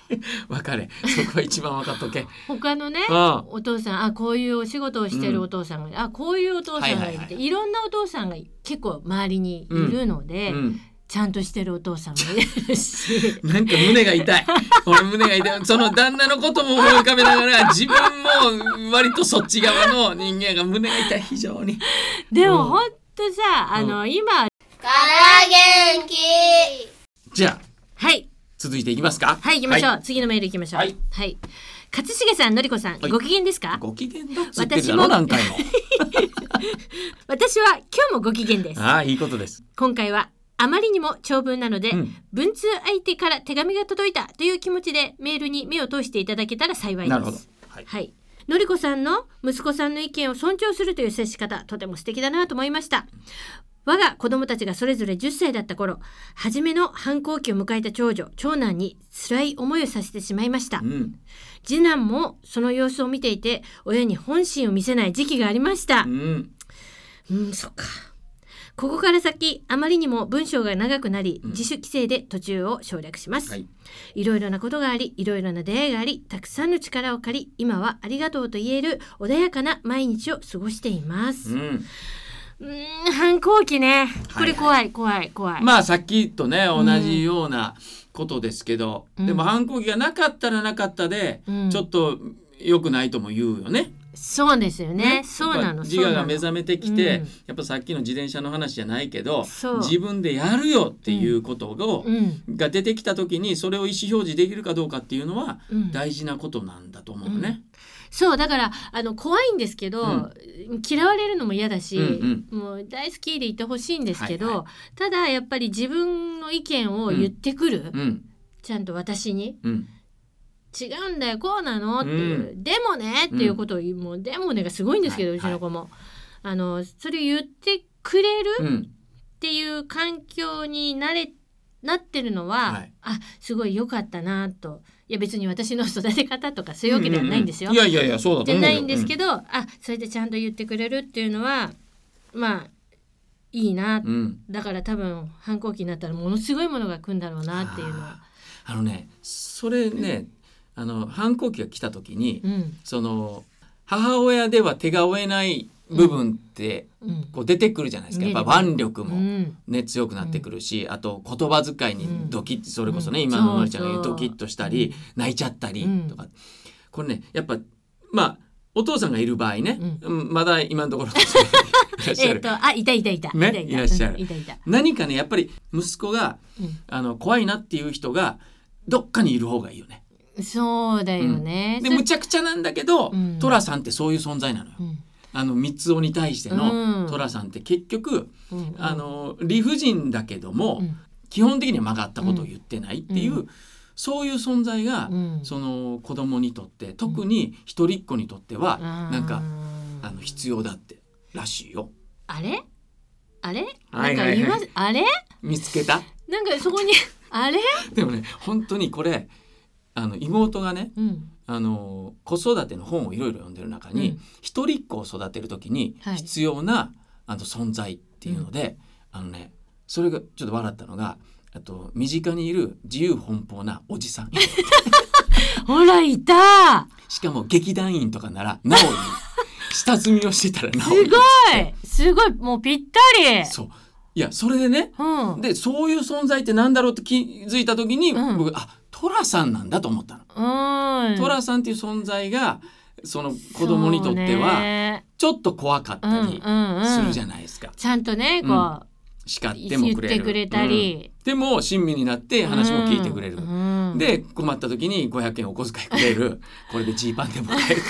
Speaker 2: 分かれそこは一番分かっと け
Speaker 1: 他のね
Speaker 2: あ
Speaker 1: お父さんあこういうお仕事をしてるお父さんが、あこういうお父さんがいるって、
Speaker 2: はいいはい
Speaker 1: ろんなお父さんが結構周りにいるの
Speaker 2: あ、
Speaker 1: で、
Speaker 2: うん、
Speaker 1: ちゃんとしてるお父さんもいる し
Speaker 2: なんか胸が痛い。俺胸が痛い。その旦那のことも思い浮かべながら、自分も割とそっち側の人間が胸が痛い、非常に。
Speaker 1: で
Speaker 2: う
Speaker 1: も
Speaker 2: ん
Speaker 1: ほんとさあの、今
Speaker 3: から元気
Speaker 2: じゃあ、
Speaker 1: はい
Speaker 2: 続いていきますか。
Speaker 1: はい行きましょう、
Speaker 2: は
Speaker 1: 次のメール行きましょう
Speaker 2: はい、
Speaker 1: 勝重さんのりこさん、
Speaker 2: はい
Speaker 1: ご機嫌ですか
Speaker 2: ご機嫌だっつってるだろ、
Speaker 1: 私も
Speaker 2: 何 回も。
Speaker 1: 私は今日もご機嫌です
Speaker 2: ああ、いいことです。
Speaker 1: 今回はあまりにも長文なので、
Speaker 2: うん
Speaker 1: 文通相手から手紙が届いたという気持ちでメールに目を通していただけたら幸いです
Speaker 2: なるほど。はい。
Speaker 1: はいのりこさんの息子さんの意見を尊重するという接し方とても素敵だなと思いました我が子供たちがそれぞれ10歳だった頃初めの反抗期を迎えた長女長男に辛い思いをさせてしまいました
Speaker 2: うん。
Speaker 1: 次男もその様子を見ていて親に本心を見せない時期がありました
Speaker 2: うん。
Speaker 1: うん、そっか。ここから先、あまりにも文章が長くなり、
Speaker 2: うん
Speaker 1: 自主規制で途中を省略します。
Speaker 2: はいい。
Speaker 1: ろいろなことがあり、いろいろな出会いがあり、たくさんの力を借り、今はありがとうと言える穏やかな毎日を過ごしていま
Speaker 2: う
Speaker 1: す。
Speaker 2: ん。
Speaker 1: うーん、反抗期ね。これ怖い、怖い、怖い。
Speaker 2: まあ、さっきとね、同じようなことですけど、
Speaker 1: うん
Speaker 2: でも反抗期がなかったらなかったで、
Speaker 1: うん
Speaker 2: ちょっと良くないとも言うよね。
Speaker 1: そうですよね。
Speaker 2: ね
Speaker 1: そうなの。
Speaker 2: 自我が
Speaker 1: め
Speaker 2: 目覚めてきて、
Speaker 1: うん
Speaker 2: やっぱさっきの自転車の話じゃないけど
Speaker 1: そう
Speaker 2: 自分でやるよっていうことを、
Speaker 1: うん、
Speaker 2: が出てきた時にそれを意思表示できるかどうかっていうのは
Speaker 1: うん、
Speaker 2: 大事なことなんだと思うね。
Speaker 1: そうだからあの怖いんですけど、
Speaker 2: うん
Speaker 1: 嫌われるのも嫌だし、
Speaker 2: うん
Speaker 1: もう大好きでいてほしいんですけど、
Speaker 2: はいは
Speaker 1: ただやっぱり自分の意見を言ってくる、
Speaker 2: うん
Speaker 1: ちゃんと私に
Speaker 2: うん
Speaker 1: 「違うんだよこうなの」っていう「
Speaker 2: う
Speaker 1: でもね」っていうことを言う、もう「でもね」がすごいんですけど、
Speaker 2: はいう
Speaker 1: ちの子も。あのそれを言ってくれる
Speaker 2: うん
Speaker 1: っていう環境になれなってるのは、
Speaker 2: はい
Speaker 1: あすごい良かったなといや別に私の育て方とかそういうわけではないんですよ。
Speaker 2: うういやいやいやそうだと
Speaker 1: じゃ
Speaker 2: 思うよ。
Speaker 1: ないんですけど、あそれでちゃんと言ってくれるっていうのはまあいいな、
Speaker 2: うんうん
Speaker 1: だから多分反抗期になったらものすごいものが来るんだろうなっていうのは。
Speaker 2: あのねそれねあの反抗期が来た時に、
Speaker 1: うん
Speaker 2: その母親では手が負えない部分って
Speaker 1: うん
Speaker 2: こう出てくるじゃないですか、やっぱ腕力も。
Speaker 1: うん
Speaker 2: ね、強くなってくるし、あと言葉遣いにドキッ、それこそね、
Speaker 1: うん
Speaker 2: 今ののりち
Speaker 1: そ
Speaker 2: ゃ
Speaker 1: うんそう
Speaker 2: が言うドキッとしたり、
Speaker 1: うん
Speaker 2: 泣いちゃったり
Speaker 1: うん
Speaker 2: とか、これねやっぱまあお父さんがいる場合ね、うんまだ今のところいらっしゃ
Speaker 1: えっ、
Speaker 2: る、
Speaker 1: とあいたいたいた、
Speaker 2: ね
Speaker 1: いたいた
Speaker 2: いらっしゃる
Speaker 1: うんいたいた、
Speaker 2: 何かねやっぱり息子があの怖いなっていう人がどっかにいる方がいいよね。
Speaker 1: うん、そうだよね、
Speaker 2: で
Speaker 1: それ
Speaker 2: むちゃくちゃなんだけど、
Speaker 1: うん
Speaker 2: トラさんってそういう存在なのよ。
Speaker 1: うん
Speaker 2: あの三つに対して
Speaker 1: うん
Speaker 2: のトラさんって結局、
Speaker 1: うんうん
Speaker 2: あの理不尽だけども、
Speaker 1: うん
Speaker 2: 基本的には曲がったことを言ってないっていう、
Speaker 1: う
Speaker 2: そういう存在が、
Speaker 1: うん
Speaker 2: その子供にとって特に一人っ子にとっては、なんか
Speaker 1: あー
Speaker 2: あの必要だってらしいよ。
Speaker 1: あれあれ、
Speaker 2: はい
Speaker 1: なんか
Speaker 2: はいはい
Speaker 1: 言わずあれ
Speaker 2: 見つけ た
Speaker 1: なんかそこ にあれ、
Speaker 2: でもね本当にこれあの妹がね
Speaker 1: うん
Speaker 2: あの子育ての本をいろいろ読んでる中に、
Speaker 1: うん
Speaker 2: 一人っ子を育てる時に
Speaker 1: はい
Speaker 2: 必要な、あの存在っていうので、あのねそれがちょっと笑ったのがあと身近にいる自由奔放なおじさん。
Speaker 1: ほらいた
Speaker 2: しかも劇団員とかならなおいい下積みをしてたらな
Speaker 1: す
Speaker 2: おいい
Speaker 1: ごいすごいもうぴったり
Speaker 2: そういやそれでね
Speaker 1: うん、
Speaker 2: でそういう存在ってなんだろうって気づいた時に、
Speaker 1: うん
Speaker 2: 僕あトラさんなんだと思ったの
Speaker 1: うん
Speaker 2: 寅さんっていう存在がその子供にとって
Speaker 1: そう
Speaker 2: は
Speaker 1: ね
Speaker 2: ちょっと怖かったり
Speaker 1: うんうんうん
Speaker 2: するじゃないですか、
Speaker 1: ちゃんとねこ
Speaker 2: 叱
Speaker 1: う、
Speaker 2: っても
Speaker 1: 言っ
Speaker 2: くれる
Speaker 1: てくれたり、
Speaker 2: うんでも親身になって話も聞いてくれる、
Speaker 1: うんうん
Speaker 2: で困った時に500円お小遣いくれるこれでジーパンでもらえるっつっ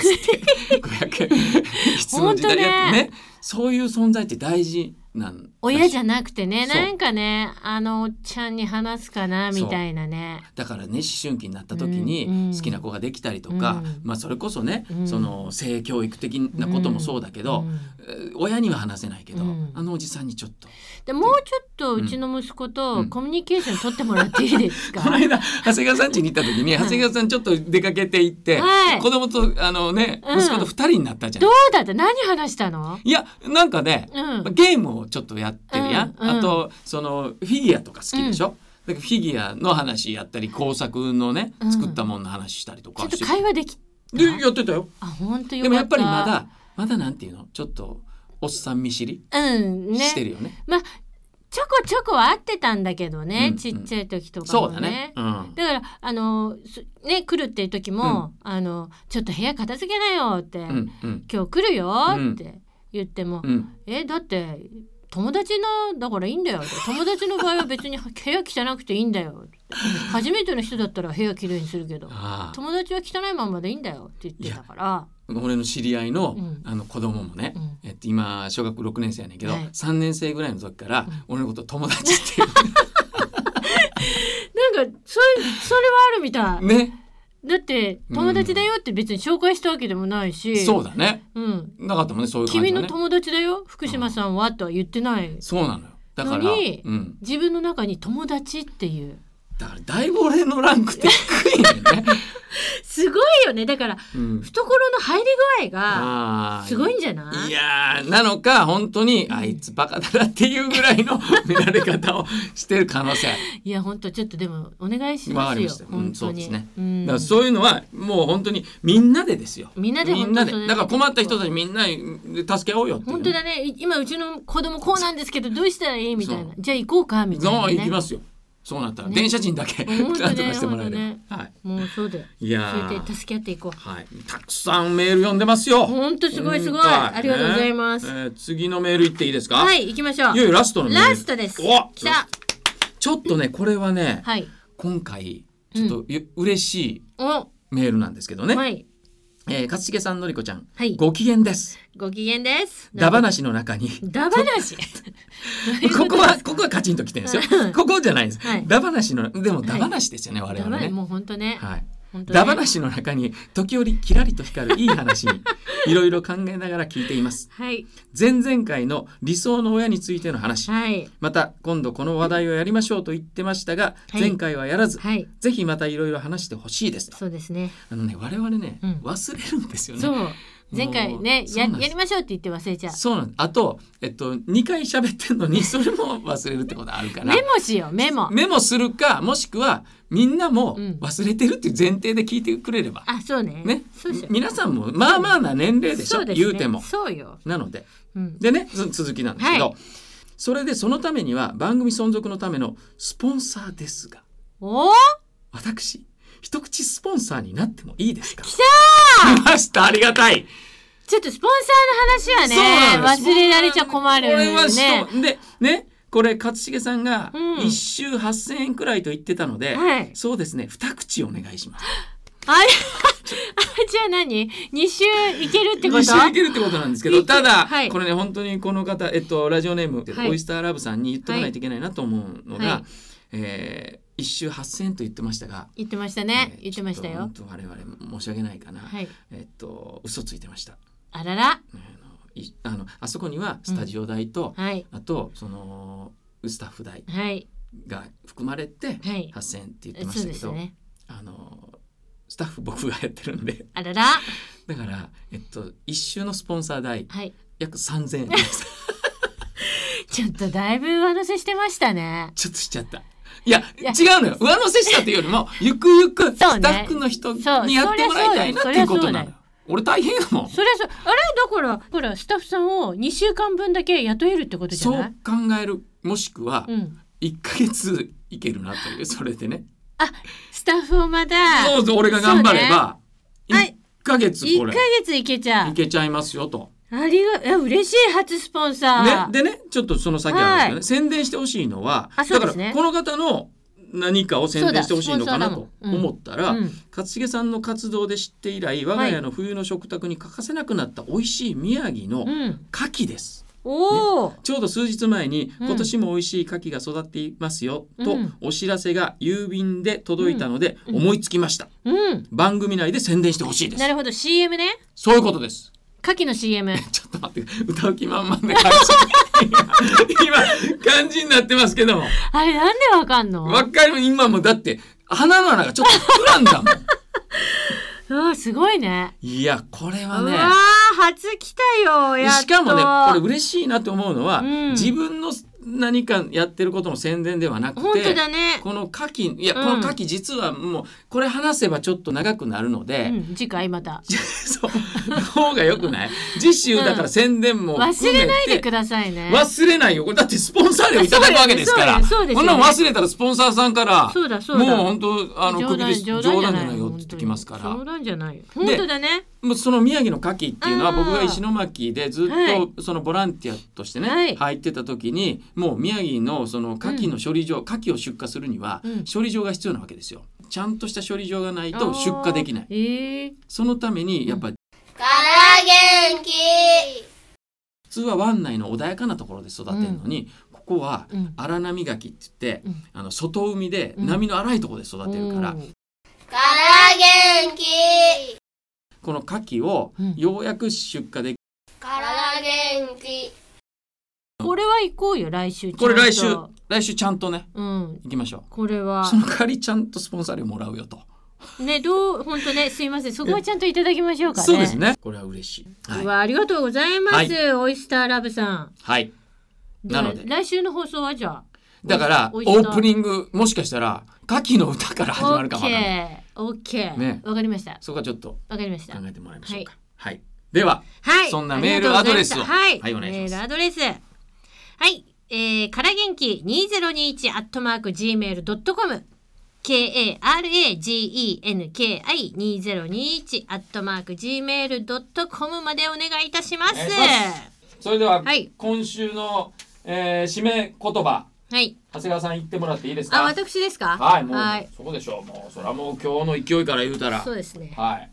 Speaker 2: て500円 質問時代やって
Speaker 1: ほん
Speaker 2: ねそういう存在って大事なんだし
Speaker 1: 親じゃなくてね
Speaker 2: そう
Speaker 1: なんかねあのおっちゃんに話すかなみたいなね
Speaker 2: だからね思春期になった時
Speaker 1: うんうん
Speaker 2: に好きな子ができたりとか、
Speaker 1: うん
Speaker 2: まあ、それこそね、
Speaker 1: うん
Speaker 2: その性教育的なこともそうだけど、
Speaker 1: うん
Speaker 2: えー親には話せないけど、
Speaker 1: うん
Speaker 2: あのおじさんにちょっと。
Speaker 1: でもうちょっとうちの息子
Speaker 2: う
Speaker 1: と
Speaker 2: ん
Speaker 1: コミュニケーション取ってもらっていいです か、
Speaker 2: この間長谷川さん家に行った時に長谷川さんちょっと出かけて行って、
Speaker 1: はい
Speaker 2: 子供とあのね
Speaker 1: うん
Speaker 2: 息子と二人になったじゃん
Speaker 1: どうだった何話したの
Speaker 2: いやなんかね、
Speaker 1: うん
Speaker 2: ゲームをちょっとやってるやん、
Speaker 1: うんうん
Speaker 2: あとそのフィギュアとか好きでしょ、だからフィギュアの話やったり工作のね
Speaker 1: うん
Speaker 2: 作ったものの話したりと
Speaker 1: ちょ
Speaker 2: か
Speaker 1: っと
Speaker 2: して、
Speaker 1: 会話でき
Speaker 2: でやってたよ
Speaker 1: あ本当よかった
Speaker 2: でもやっぱりまだまだなんていうのちょっとおっさん見知り
Speaker 1: うんね
Speaker 2: してるよね
Speaker 1: まあちょこちょこは会ってたんだけどね、
Speaker 2: うんうん
Speaker 1: ちっちゃい時とか
Speaker 2: そ
Speaker 1: も
Speaker 2: うだね、うん、
Speaker 1: だからあのすね来るっていう時も、あのちょっと部屋片付けなよって、
Speaker 2: うんうん
Speaker 1: 今日来るよって言っても、
Speaker 2: うん
Speaker 1: えだって友達のだからいいんだよって友達の場合は別に部屋汚くていいんだよって初めての人だったら部屋きれいにするけど
Speaker 2: ああ
Speaker 1: 友達は汚いまんまでいいんだよって言ってたから
Speaker 2: 俺の知り合いの,、
Speaker 1: うん
Speaker 2: あの子供もね、
Speaker 1: うん
Speaker 2: えっと、今小学6年生やねんけど、
Speaker 1: はい
Speaker 2: 3年生ぐらいの時から
Speaker 1: うん
Speaker 2: 俺のこと友達っ ていう
Speaker 1: なんかそれそれはあるみたい、
Speaker 2: ね
Speaker 1: だって友達だよって別に紹介したわけでもないし、
Speaker 2: そうだね
Speaker 1: うん、
Speaker 2: なかったもんねそういう感
Speaker 1: 君
Speaker 2: じは
Speaker 1: の
Speaker 2: ね
Speaker 1: 友達だよ福島さんはとは言ってない
Speaker 2: そうなのよだから、
Speaker 1: のに
Speaker 2: うん、
Speaker 1: 自分の中に友達っていう
Speaker 2: だからだいぶ俺のランクって低いよ ね、
Speaker 1: すごいよねだから
Speaker 2: うん、
Speaker 1: 懐の入り具合が
Speaker 2: あー
Speaker 1: すごいんじゃない
Speaker 2: いやーなのか本当にあいつバカだなっていうぐらい の見られ方をしてる可能性ある
Speaker 1: いや本当ちょっとでもお願いし
Speaker 2: わ
Speaker 1: ま
Speaker 2: か
Speaker 1: す
Speaker 2: りま
Speaker 1: よ
Speaker 2: した。う
Speaker 1: 本
Speaker 2: んそ
Speaker 1: 当
Speaker 2: うで
Speaker 1: に
Speaker 2: すね。
Speaker 1: うん
Speaker 2: だからそういうのはもう本当にみんなでですよ
Speaker 1: みんなで
Speaker 2: み
Speaker 1: 本
Speaker 2: んな
Speaker 1: 当
Speaker 2: で
Speaker 1: それ
Speaker 2: だから困った人たちみんなで助け合おうよっていう
Speaker 1: 本当だねい今うちの子供こうなんですけどどうしたらいいみたいな
Speaker 2: そ
Speaker 1: じゃあ行こうかみたいな、
Speaker 2: そう
Speaker 1: ね、
Speaker 2: 行きますよそうなったら、
Speaker 1: ね
Speaker 2: 電車賃だけ なん
Speaker 1: 本
Speaker 2: と
Speaker 1: 当
Speaker 2: か
Speaker 1: ね
Speaker 2: してもらえれば、
Speaker 1: 本
Speaker 2: はい
Speaker 1: もうそうだよ
Speaker 2: いやー
Speaker 1: それで助け合っていこう
Speaker 2: はい、たくさんメール読んでますよ。
Speaker 1: 本当すごいすごい
Speaker 2: うん
Speaker 1: ありがとうございます
Speaker 2: えー次のメール行っていいですか。
Speaker 1: は。い行きましょう
Speaker 2: いよいよラストのメール。
Speaker 1: ラストです
Speaker 2: お、
Speaker 1: 来た。
Speaker 2: ちょっとね、これはね、
Speaker 1: はい
Speaker 2: 今回ちょっとゆ、嬉しい
Speaker 1: お
Speaker 2: メールなんですけどね。
Speaker 1: はい
Speaker 2: えー、勝重さんのりこちゃん、
Speaker 1: はい
Speaker 2: ご機嫌です。
Speaker 1: ご機嫌です
Speaker 2: ダバなしの中に。
Speaker 1: ダバなし
Speaker 2: ここはここはカチンときてるんです
Speaker 1: う
Speaker 2: よ。ここじゃないです
Speaker 1: はい。
Speaker 2: ダバなしのでも
Speaker 1: い
Speaker 2: ダバなしですよね、我
Speaker 1: ダ
Speaker 2: 々
Speaker 1: バ
Speaker 2: ね。
Speaker 1: もう本当ね、
Speaker 2: はい。
Speaker 1: 本当ね
Speaker 2: ダバなしの中に時折キラリと光るいい話にいろいろ考えながら聞いています。
Speaker 1: はい
Speaker 2: 前々回の理想の親についての話、
Speaker 1: はい
Speaker 2: また今度この話題をやりましょうと言ってましたが、
Speaker 1: はい
Speaker 2: 前回はやらず、
Speaker 1: はい
Speaker 2: ぜひまたいろいろ話してほしいですと
Speaker 1: そうですね
Speaker 2: あのね我々ね、
Speaker 1: うん
Speaker 2: 忘れるんですよ
Speaker 1: そう
Speaker 2: ね
Speaker 1: 前回ね
Speaker 2: そう
Speaker 1: や
Speaker 2: なんで
Speaker 1: や
Speaker 2: す
Speaker 1: りましょうって言って忘れちゃう
Speaker 2: そうなんですあとえっと2回喋ってん のにそれも忘れるってことあるから
Speaker 1: メモしようメモ
Speaker 2: メモするかもしくはみんなも
Speaker 1: うん
Speaker 2: 忘れてるっていう前提で聞いてくれれば、
Speaker 1: あそうね
Speaker 2: ね
Speaker 1: そうしよう
Speaker 2: 皆さんもまあまあな年齢でしょ
Speaker 1: そうですね
Speaker 2: 言うても
Speaker 1: そうよ、
Speaker 2: なので
Speaker 1: うん、
Speaker 2: でねつ続きなんですけど、
Speaker 1: は
Speaker 2: それでそのためには番組存続のためのスポンサーですが
Speaker 1: おー
Speaker 2: 私一口スポンサーになってもいいですか
Speaker 1: 来
Speaker 2: 来ましたありがたい
Speaker 1: ちょっとスポンサーの
Speaker 2: そう
Speaker 1: 話
Speaker 2: な
Speaker 1: は
Speaker 2: ん
Speaker 1: ね
Speaker 2: です
Speaker 1: 忘れられちゃ困る
Speaker 2: これは
Speaker 1: よ
Speaker 2: し
Speaker 1: ね
Speaker 2: とでねこれ勝重さんが
Speaker 1: うん
Speaker 2: 1周8,000円くらいと言ってたので、
Speaker 1: はい
Speaker 2: そうですね2口お願いします
Speaker 1: あれあじゃあ何二週いけるってこと
Speaker 2: 一周いけるってことなんですけ
Speaker 1: い
Speaker 2: ど
Speaker 1: い
Speaker 2: ただ、
Speaker 1: はい
Speaker 2: これね本当にこの方、えっと、ラジオネーム、
Speaker 1: はい
Speaker 2: オイスターラブさんに言っとかないといけないなと思うのが、
Speaker 1: はい
Speaker 2: えー、1周8,000円と言ってましたが、
Speaker 1: 言ってましたね
Speaker 2: えー
Speaker 1: 言ってましたよ
Speaker 2: ちょっと本当我々申し訳ないかな、
Speaker 1: はい
Speaker 2: えっと嘘ついてました。
Speaker 1: あらら
Speaker 2: あのいあのあそこにはスタジオ代と、
Speaker 1: はい
Speaker 2: あとそのスタッフ代
Speaker 1: はい
Speaker 2: が含まれて
Speaker 1: はい
Speaker 2: 8,000円って言ってま
Speaker 1: そう
Speaker 2: した
Speaker 1: で
Speaker 2: け
Speaker 1: す
Speaker 2: ど、
Speaker 1: ね
Speaker 2: あのスタッフ僕がやってるんで
Speaker 1: あらら
Speaker 2: だから、えっと、一周のスポンサー代
Speaker 1: はい
Speaker 2: 約3,000円です
Speaker 1: ちょっとだいぶ上乗せしてましたね
Speaker 2: ちょっとしちゃった。いや
Speaker 1: いや
Speaker 2: 違うのよ上乗せしたというよ りもゆくゆくスタ
Speaker 1: そうね
Speaker 2: ッフの人に
Speaker 1: そう
Speaker 2: やってもらいたいなって
Speaker 1: そり
Speaker 2: い
Speaker 1: ゃ
Speaker 2: う
Speaker 1: そうよ
Speaker 2: ことなのよ。俺大変やもん
Speaker 1: それはそうあれだからほらスタッフさんを二週間分だけ雇えるってことじゃ
Speaker 2: そう
Speaker 1: ない
Speaker 2: 考えるもしくは
Speaker 1: うん
Speaker 2: 1ヶ月いけるなというそれでね
Speaker 1: あススタッフをまだ
Speaker 2: そうそう俺が頑張れば
Speaker 1: そうねはい
Speaker 2: 1ヶ月
Speaker 1: 一
Speaker 2: これ
Speaker 1: ヶ月いけちゃ。
Speaker 2: いうけちゃいますよと。
Speaker 1: ありが、え、嬉しい初スポンサ
Speaker 2: ね
Speaker 1: ー。、
Speaker 2: でねちょっとその先あるんですけどね、宣伝してほしいのは
Speaker 1: あそう
Speaker 2: だ
Speaker 1: で
Speaker 2: か
Speaker 1: すね
Speaker 2: らこの方の何かを宣伝してほしいのかな
Speaker 1: そう
Speaker 2: と
Speaker 1: だスポンサーだもんうん
Speaker 2: 思ったら、
Speaker 1: うん
Speaker 2: 勝重さんの活動で知って以来我が家の冬の食卓に欠かせなくなった美味しい宮城
Speaker 1: う
Speaker 2: の
Speaker 1: ん。
Speaker 2: 牡蠣です。
Speaker 1: おお。
Speaker 2: ちょうど数日前に
Speaker 1: うん
Speaker 2: 今年も美味しい牡蠣が育っていますよと
Speaker 1: うん
Speaker 2: お知らせが郵便で届いたので
Speaker 1: うん
Speaker 2: 思いつきました。
Speaker 1: うん。
Speaker 2: 番組内で宣伝してほしいで
Speaker 1: な
Speaker 2: す。
Speaker 1: るほど、CM ね。
Speaker 2: そういうことです。
Speaker 1: 牡蠣の CM。
Speaker 2: ちょっと待って、歌う気満々で感じ。今、感じになってますけども。
Speaker 1: あれ、なんでわかんの
Speaker 2: わかる、今もだって、鼻の穴がちょっと膨らんだも ん。
Speaker 1: うん、すごいね。
Speaker 2: いや、これ
Speaker 1: うわ
Speaker 2: はね
Speaker 1: ー、、初来たよ、やっと。
Speaker 2: しかもね、これ嬉しいなと思うのは、
Speaker 1: うん
Speaker 2: 自分の何かやってることの宣伝ではなく
Speaker 1: 本当
Speaker 2: て、
Speaker 1: だね。
Speaker 2: この牡蠣、いや、
Speaker 1: うん
Speaker 2: この牡蠣実はもう、これ話せばちょっと長くなるので、
Speaker 1: うん、次回また。
Speaker 2: そう、の方が良くない次週だから宣伝も含
Speaker 1: 忘
Speaker 2: めて、
Speaker 1: れないでくださいね。
Speaker 2: 忘れないよ。これだってスポンサー料いただくわけですから。
Speaker 1: あそうですよそ
Speaker 2: こ
Speaker 1: うんです
Speaker 2: な
Speaker 1: よ
Speaker 2: ん忘れたらスポンサーさんから、
Speaker 1: そうだそうだ
Speaker 2: もう本当あの首です冗談じゃないよって言ってきますか
Speaker 1: 本当に冗
Speaker 2: ら。
Speaker 1: 談じゃないよ。本当だね。
Speaker 2: もうその宮城の牡蠣っていうのは
Speaker 1: あー
Speaker 2: 僕が石巻でずっ
Speaker 1: はい
Speaker 2: とそのボランティアとしてね、
Speaker 1: はい
Speaker 2: 入ってた時にもう宮城のその牡蠣の処理場、牡蠣を出荷するには
Speaker 1: うん
Speaker 2: 処理場が必要なわけですよ。ちゃんとした処理場がない
Speaker 1: あ
Speaker 2: と
Speaker 1: ー
Speaker 2: 出荷できない。
Speaker 1: ええ。
Speaker 2: そのためにやっぱり
Speaker 3: から元気
Speaker 2: 普通は湾内の穏やかなところで育てるのに、ここは
Speaker 1: うん
Speaker 2: 荒波牡蠣って言って、
Speaker 1: うん
Speaker 2: あの外海で
Speaker 1: うん
Speaker 2: 波の荒いところで育てるから、
Speaker 1: うん
Speaker 3: から元気
Speaker 2: この牡蠣を
Speaker 1: うん
Speaker 2: ようやく出荷でき
Speaker 3: から元気
Speaker 1: これは行こうよ、来週。
Speaker 2: これ来週
Speaker 1: ちゃんと
Speaker 2: 来週ちゃんとね
Speaker 1: うん。
Speaker 2: 行きましょ
Speaker 1: これ
Speaker 2: う
Speaker 1: は
Speaker 2: その代わりちゃんとスポンサー料もらうよと、
Speaker 1: ねどう本当ねすいませんそこはちゃんといただきましょうかね。
Speaker 2: そうですねこれは嬉しいは
Speaker 1: う
Speaker 2: い、
Speaker 1: わありがとうございます、
Speaker 2: はい
Speaker 1: オイスターラブさん。
Speaker 2: はい、
Speaker 1: じゃあ
Speaker 2: なので
Speaker 1: 来週の放送はじゃあ
Speaker 2: だからオ
Speaker 1: オイスター
Speaker 2: ープニングもしかしたら牡蠣の歌から始
Speaker 1: オ
Speaker 2: まる
Speaker 1: ッ
Speaker 2: かも
Speaker 1: ケ
Speaker 2: わからない
Speaker 1: ーオッケー
Speaker 2: ね
Speaker 1: わかりました
Speaker 2: そこはちょっと
Speaker 1: わかりました
Speaker 2: 考。えてもらいましょうかはい、では
Speaker 1: はい。
Speaker 2: そんなメールアドレスを
Speaker 1: ありがとうござ
Speaker 2: はい
Speaker 1: い
Speaker 2: お願いしま
Speaker 1: ま
Speaker 2: す
Speaker 1: したはい。メールアドレス。はい。えー、から元気二ゼロ二一アットマーク gmail ドットコム。K A R A G E N K I 二ゼロ二一アットマーク gmail ドットコムまでお願いいたします。
Speaker 2: お願いしそれでは、
Speaker 1: はい
Speaker 2: 今週の、えー締め言葉
Speaker 1: はい。
Speaker 2: 長谷川さん言ってもらっていいです
Speaker 1: あ、
Speaker 2: か
Speaker 1: 私ですか。
Speaker 2: はいもう、
Speaker 1: はい。
Speaker 2: そこでしょうもうそれはもう今日の勢いから言うたら
Speaker 1: そうですね。
Speaker 2: はい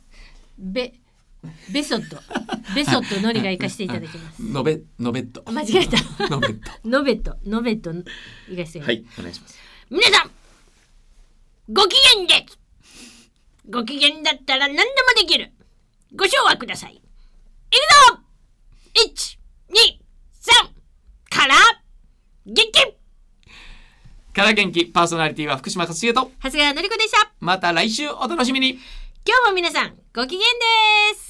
Speaker 1: べ。ベソット。ベソットのりが行かせていただきます。
Speaker 2: のべのべっと
Speaker 1: 間違えた。
Speaker 2: のべっと
Speaker 1: ノベット、ノベット。行かせていただきます
Speaker 2: はいお願い します
Speaker 1: 皆さんご機嫌ですご機嫌だったら何でもできるご賞はくださいいくぞ123から元気
Speaker 2: から元気パーソナリティは福島勝重と
Speaker 1: 長谷川のり子でした
Speaker 2: また来週お楽しみに
Speaker 1: 今日も皆さんご機嫌です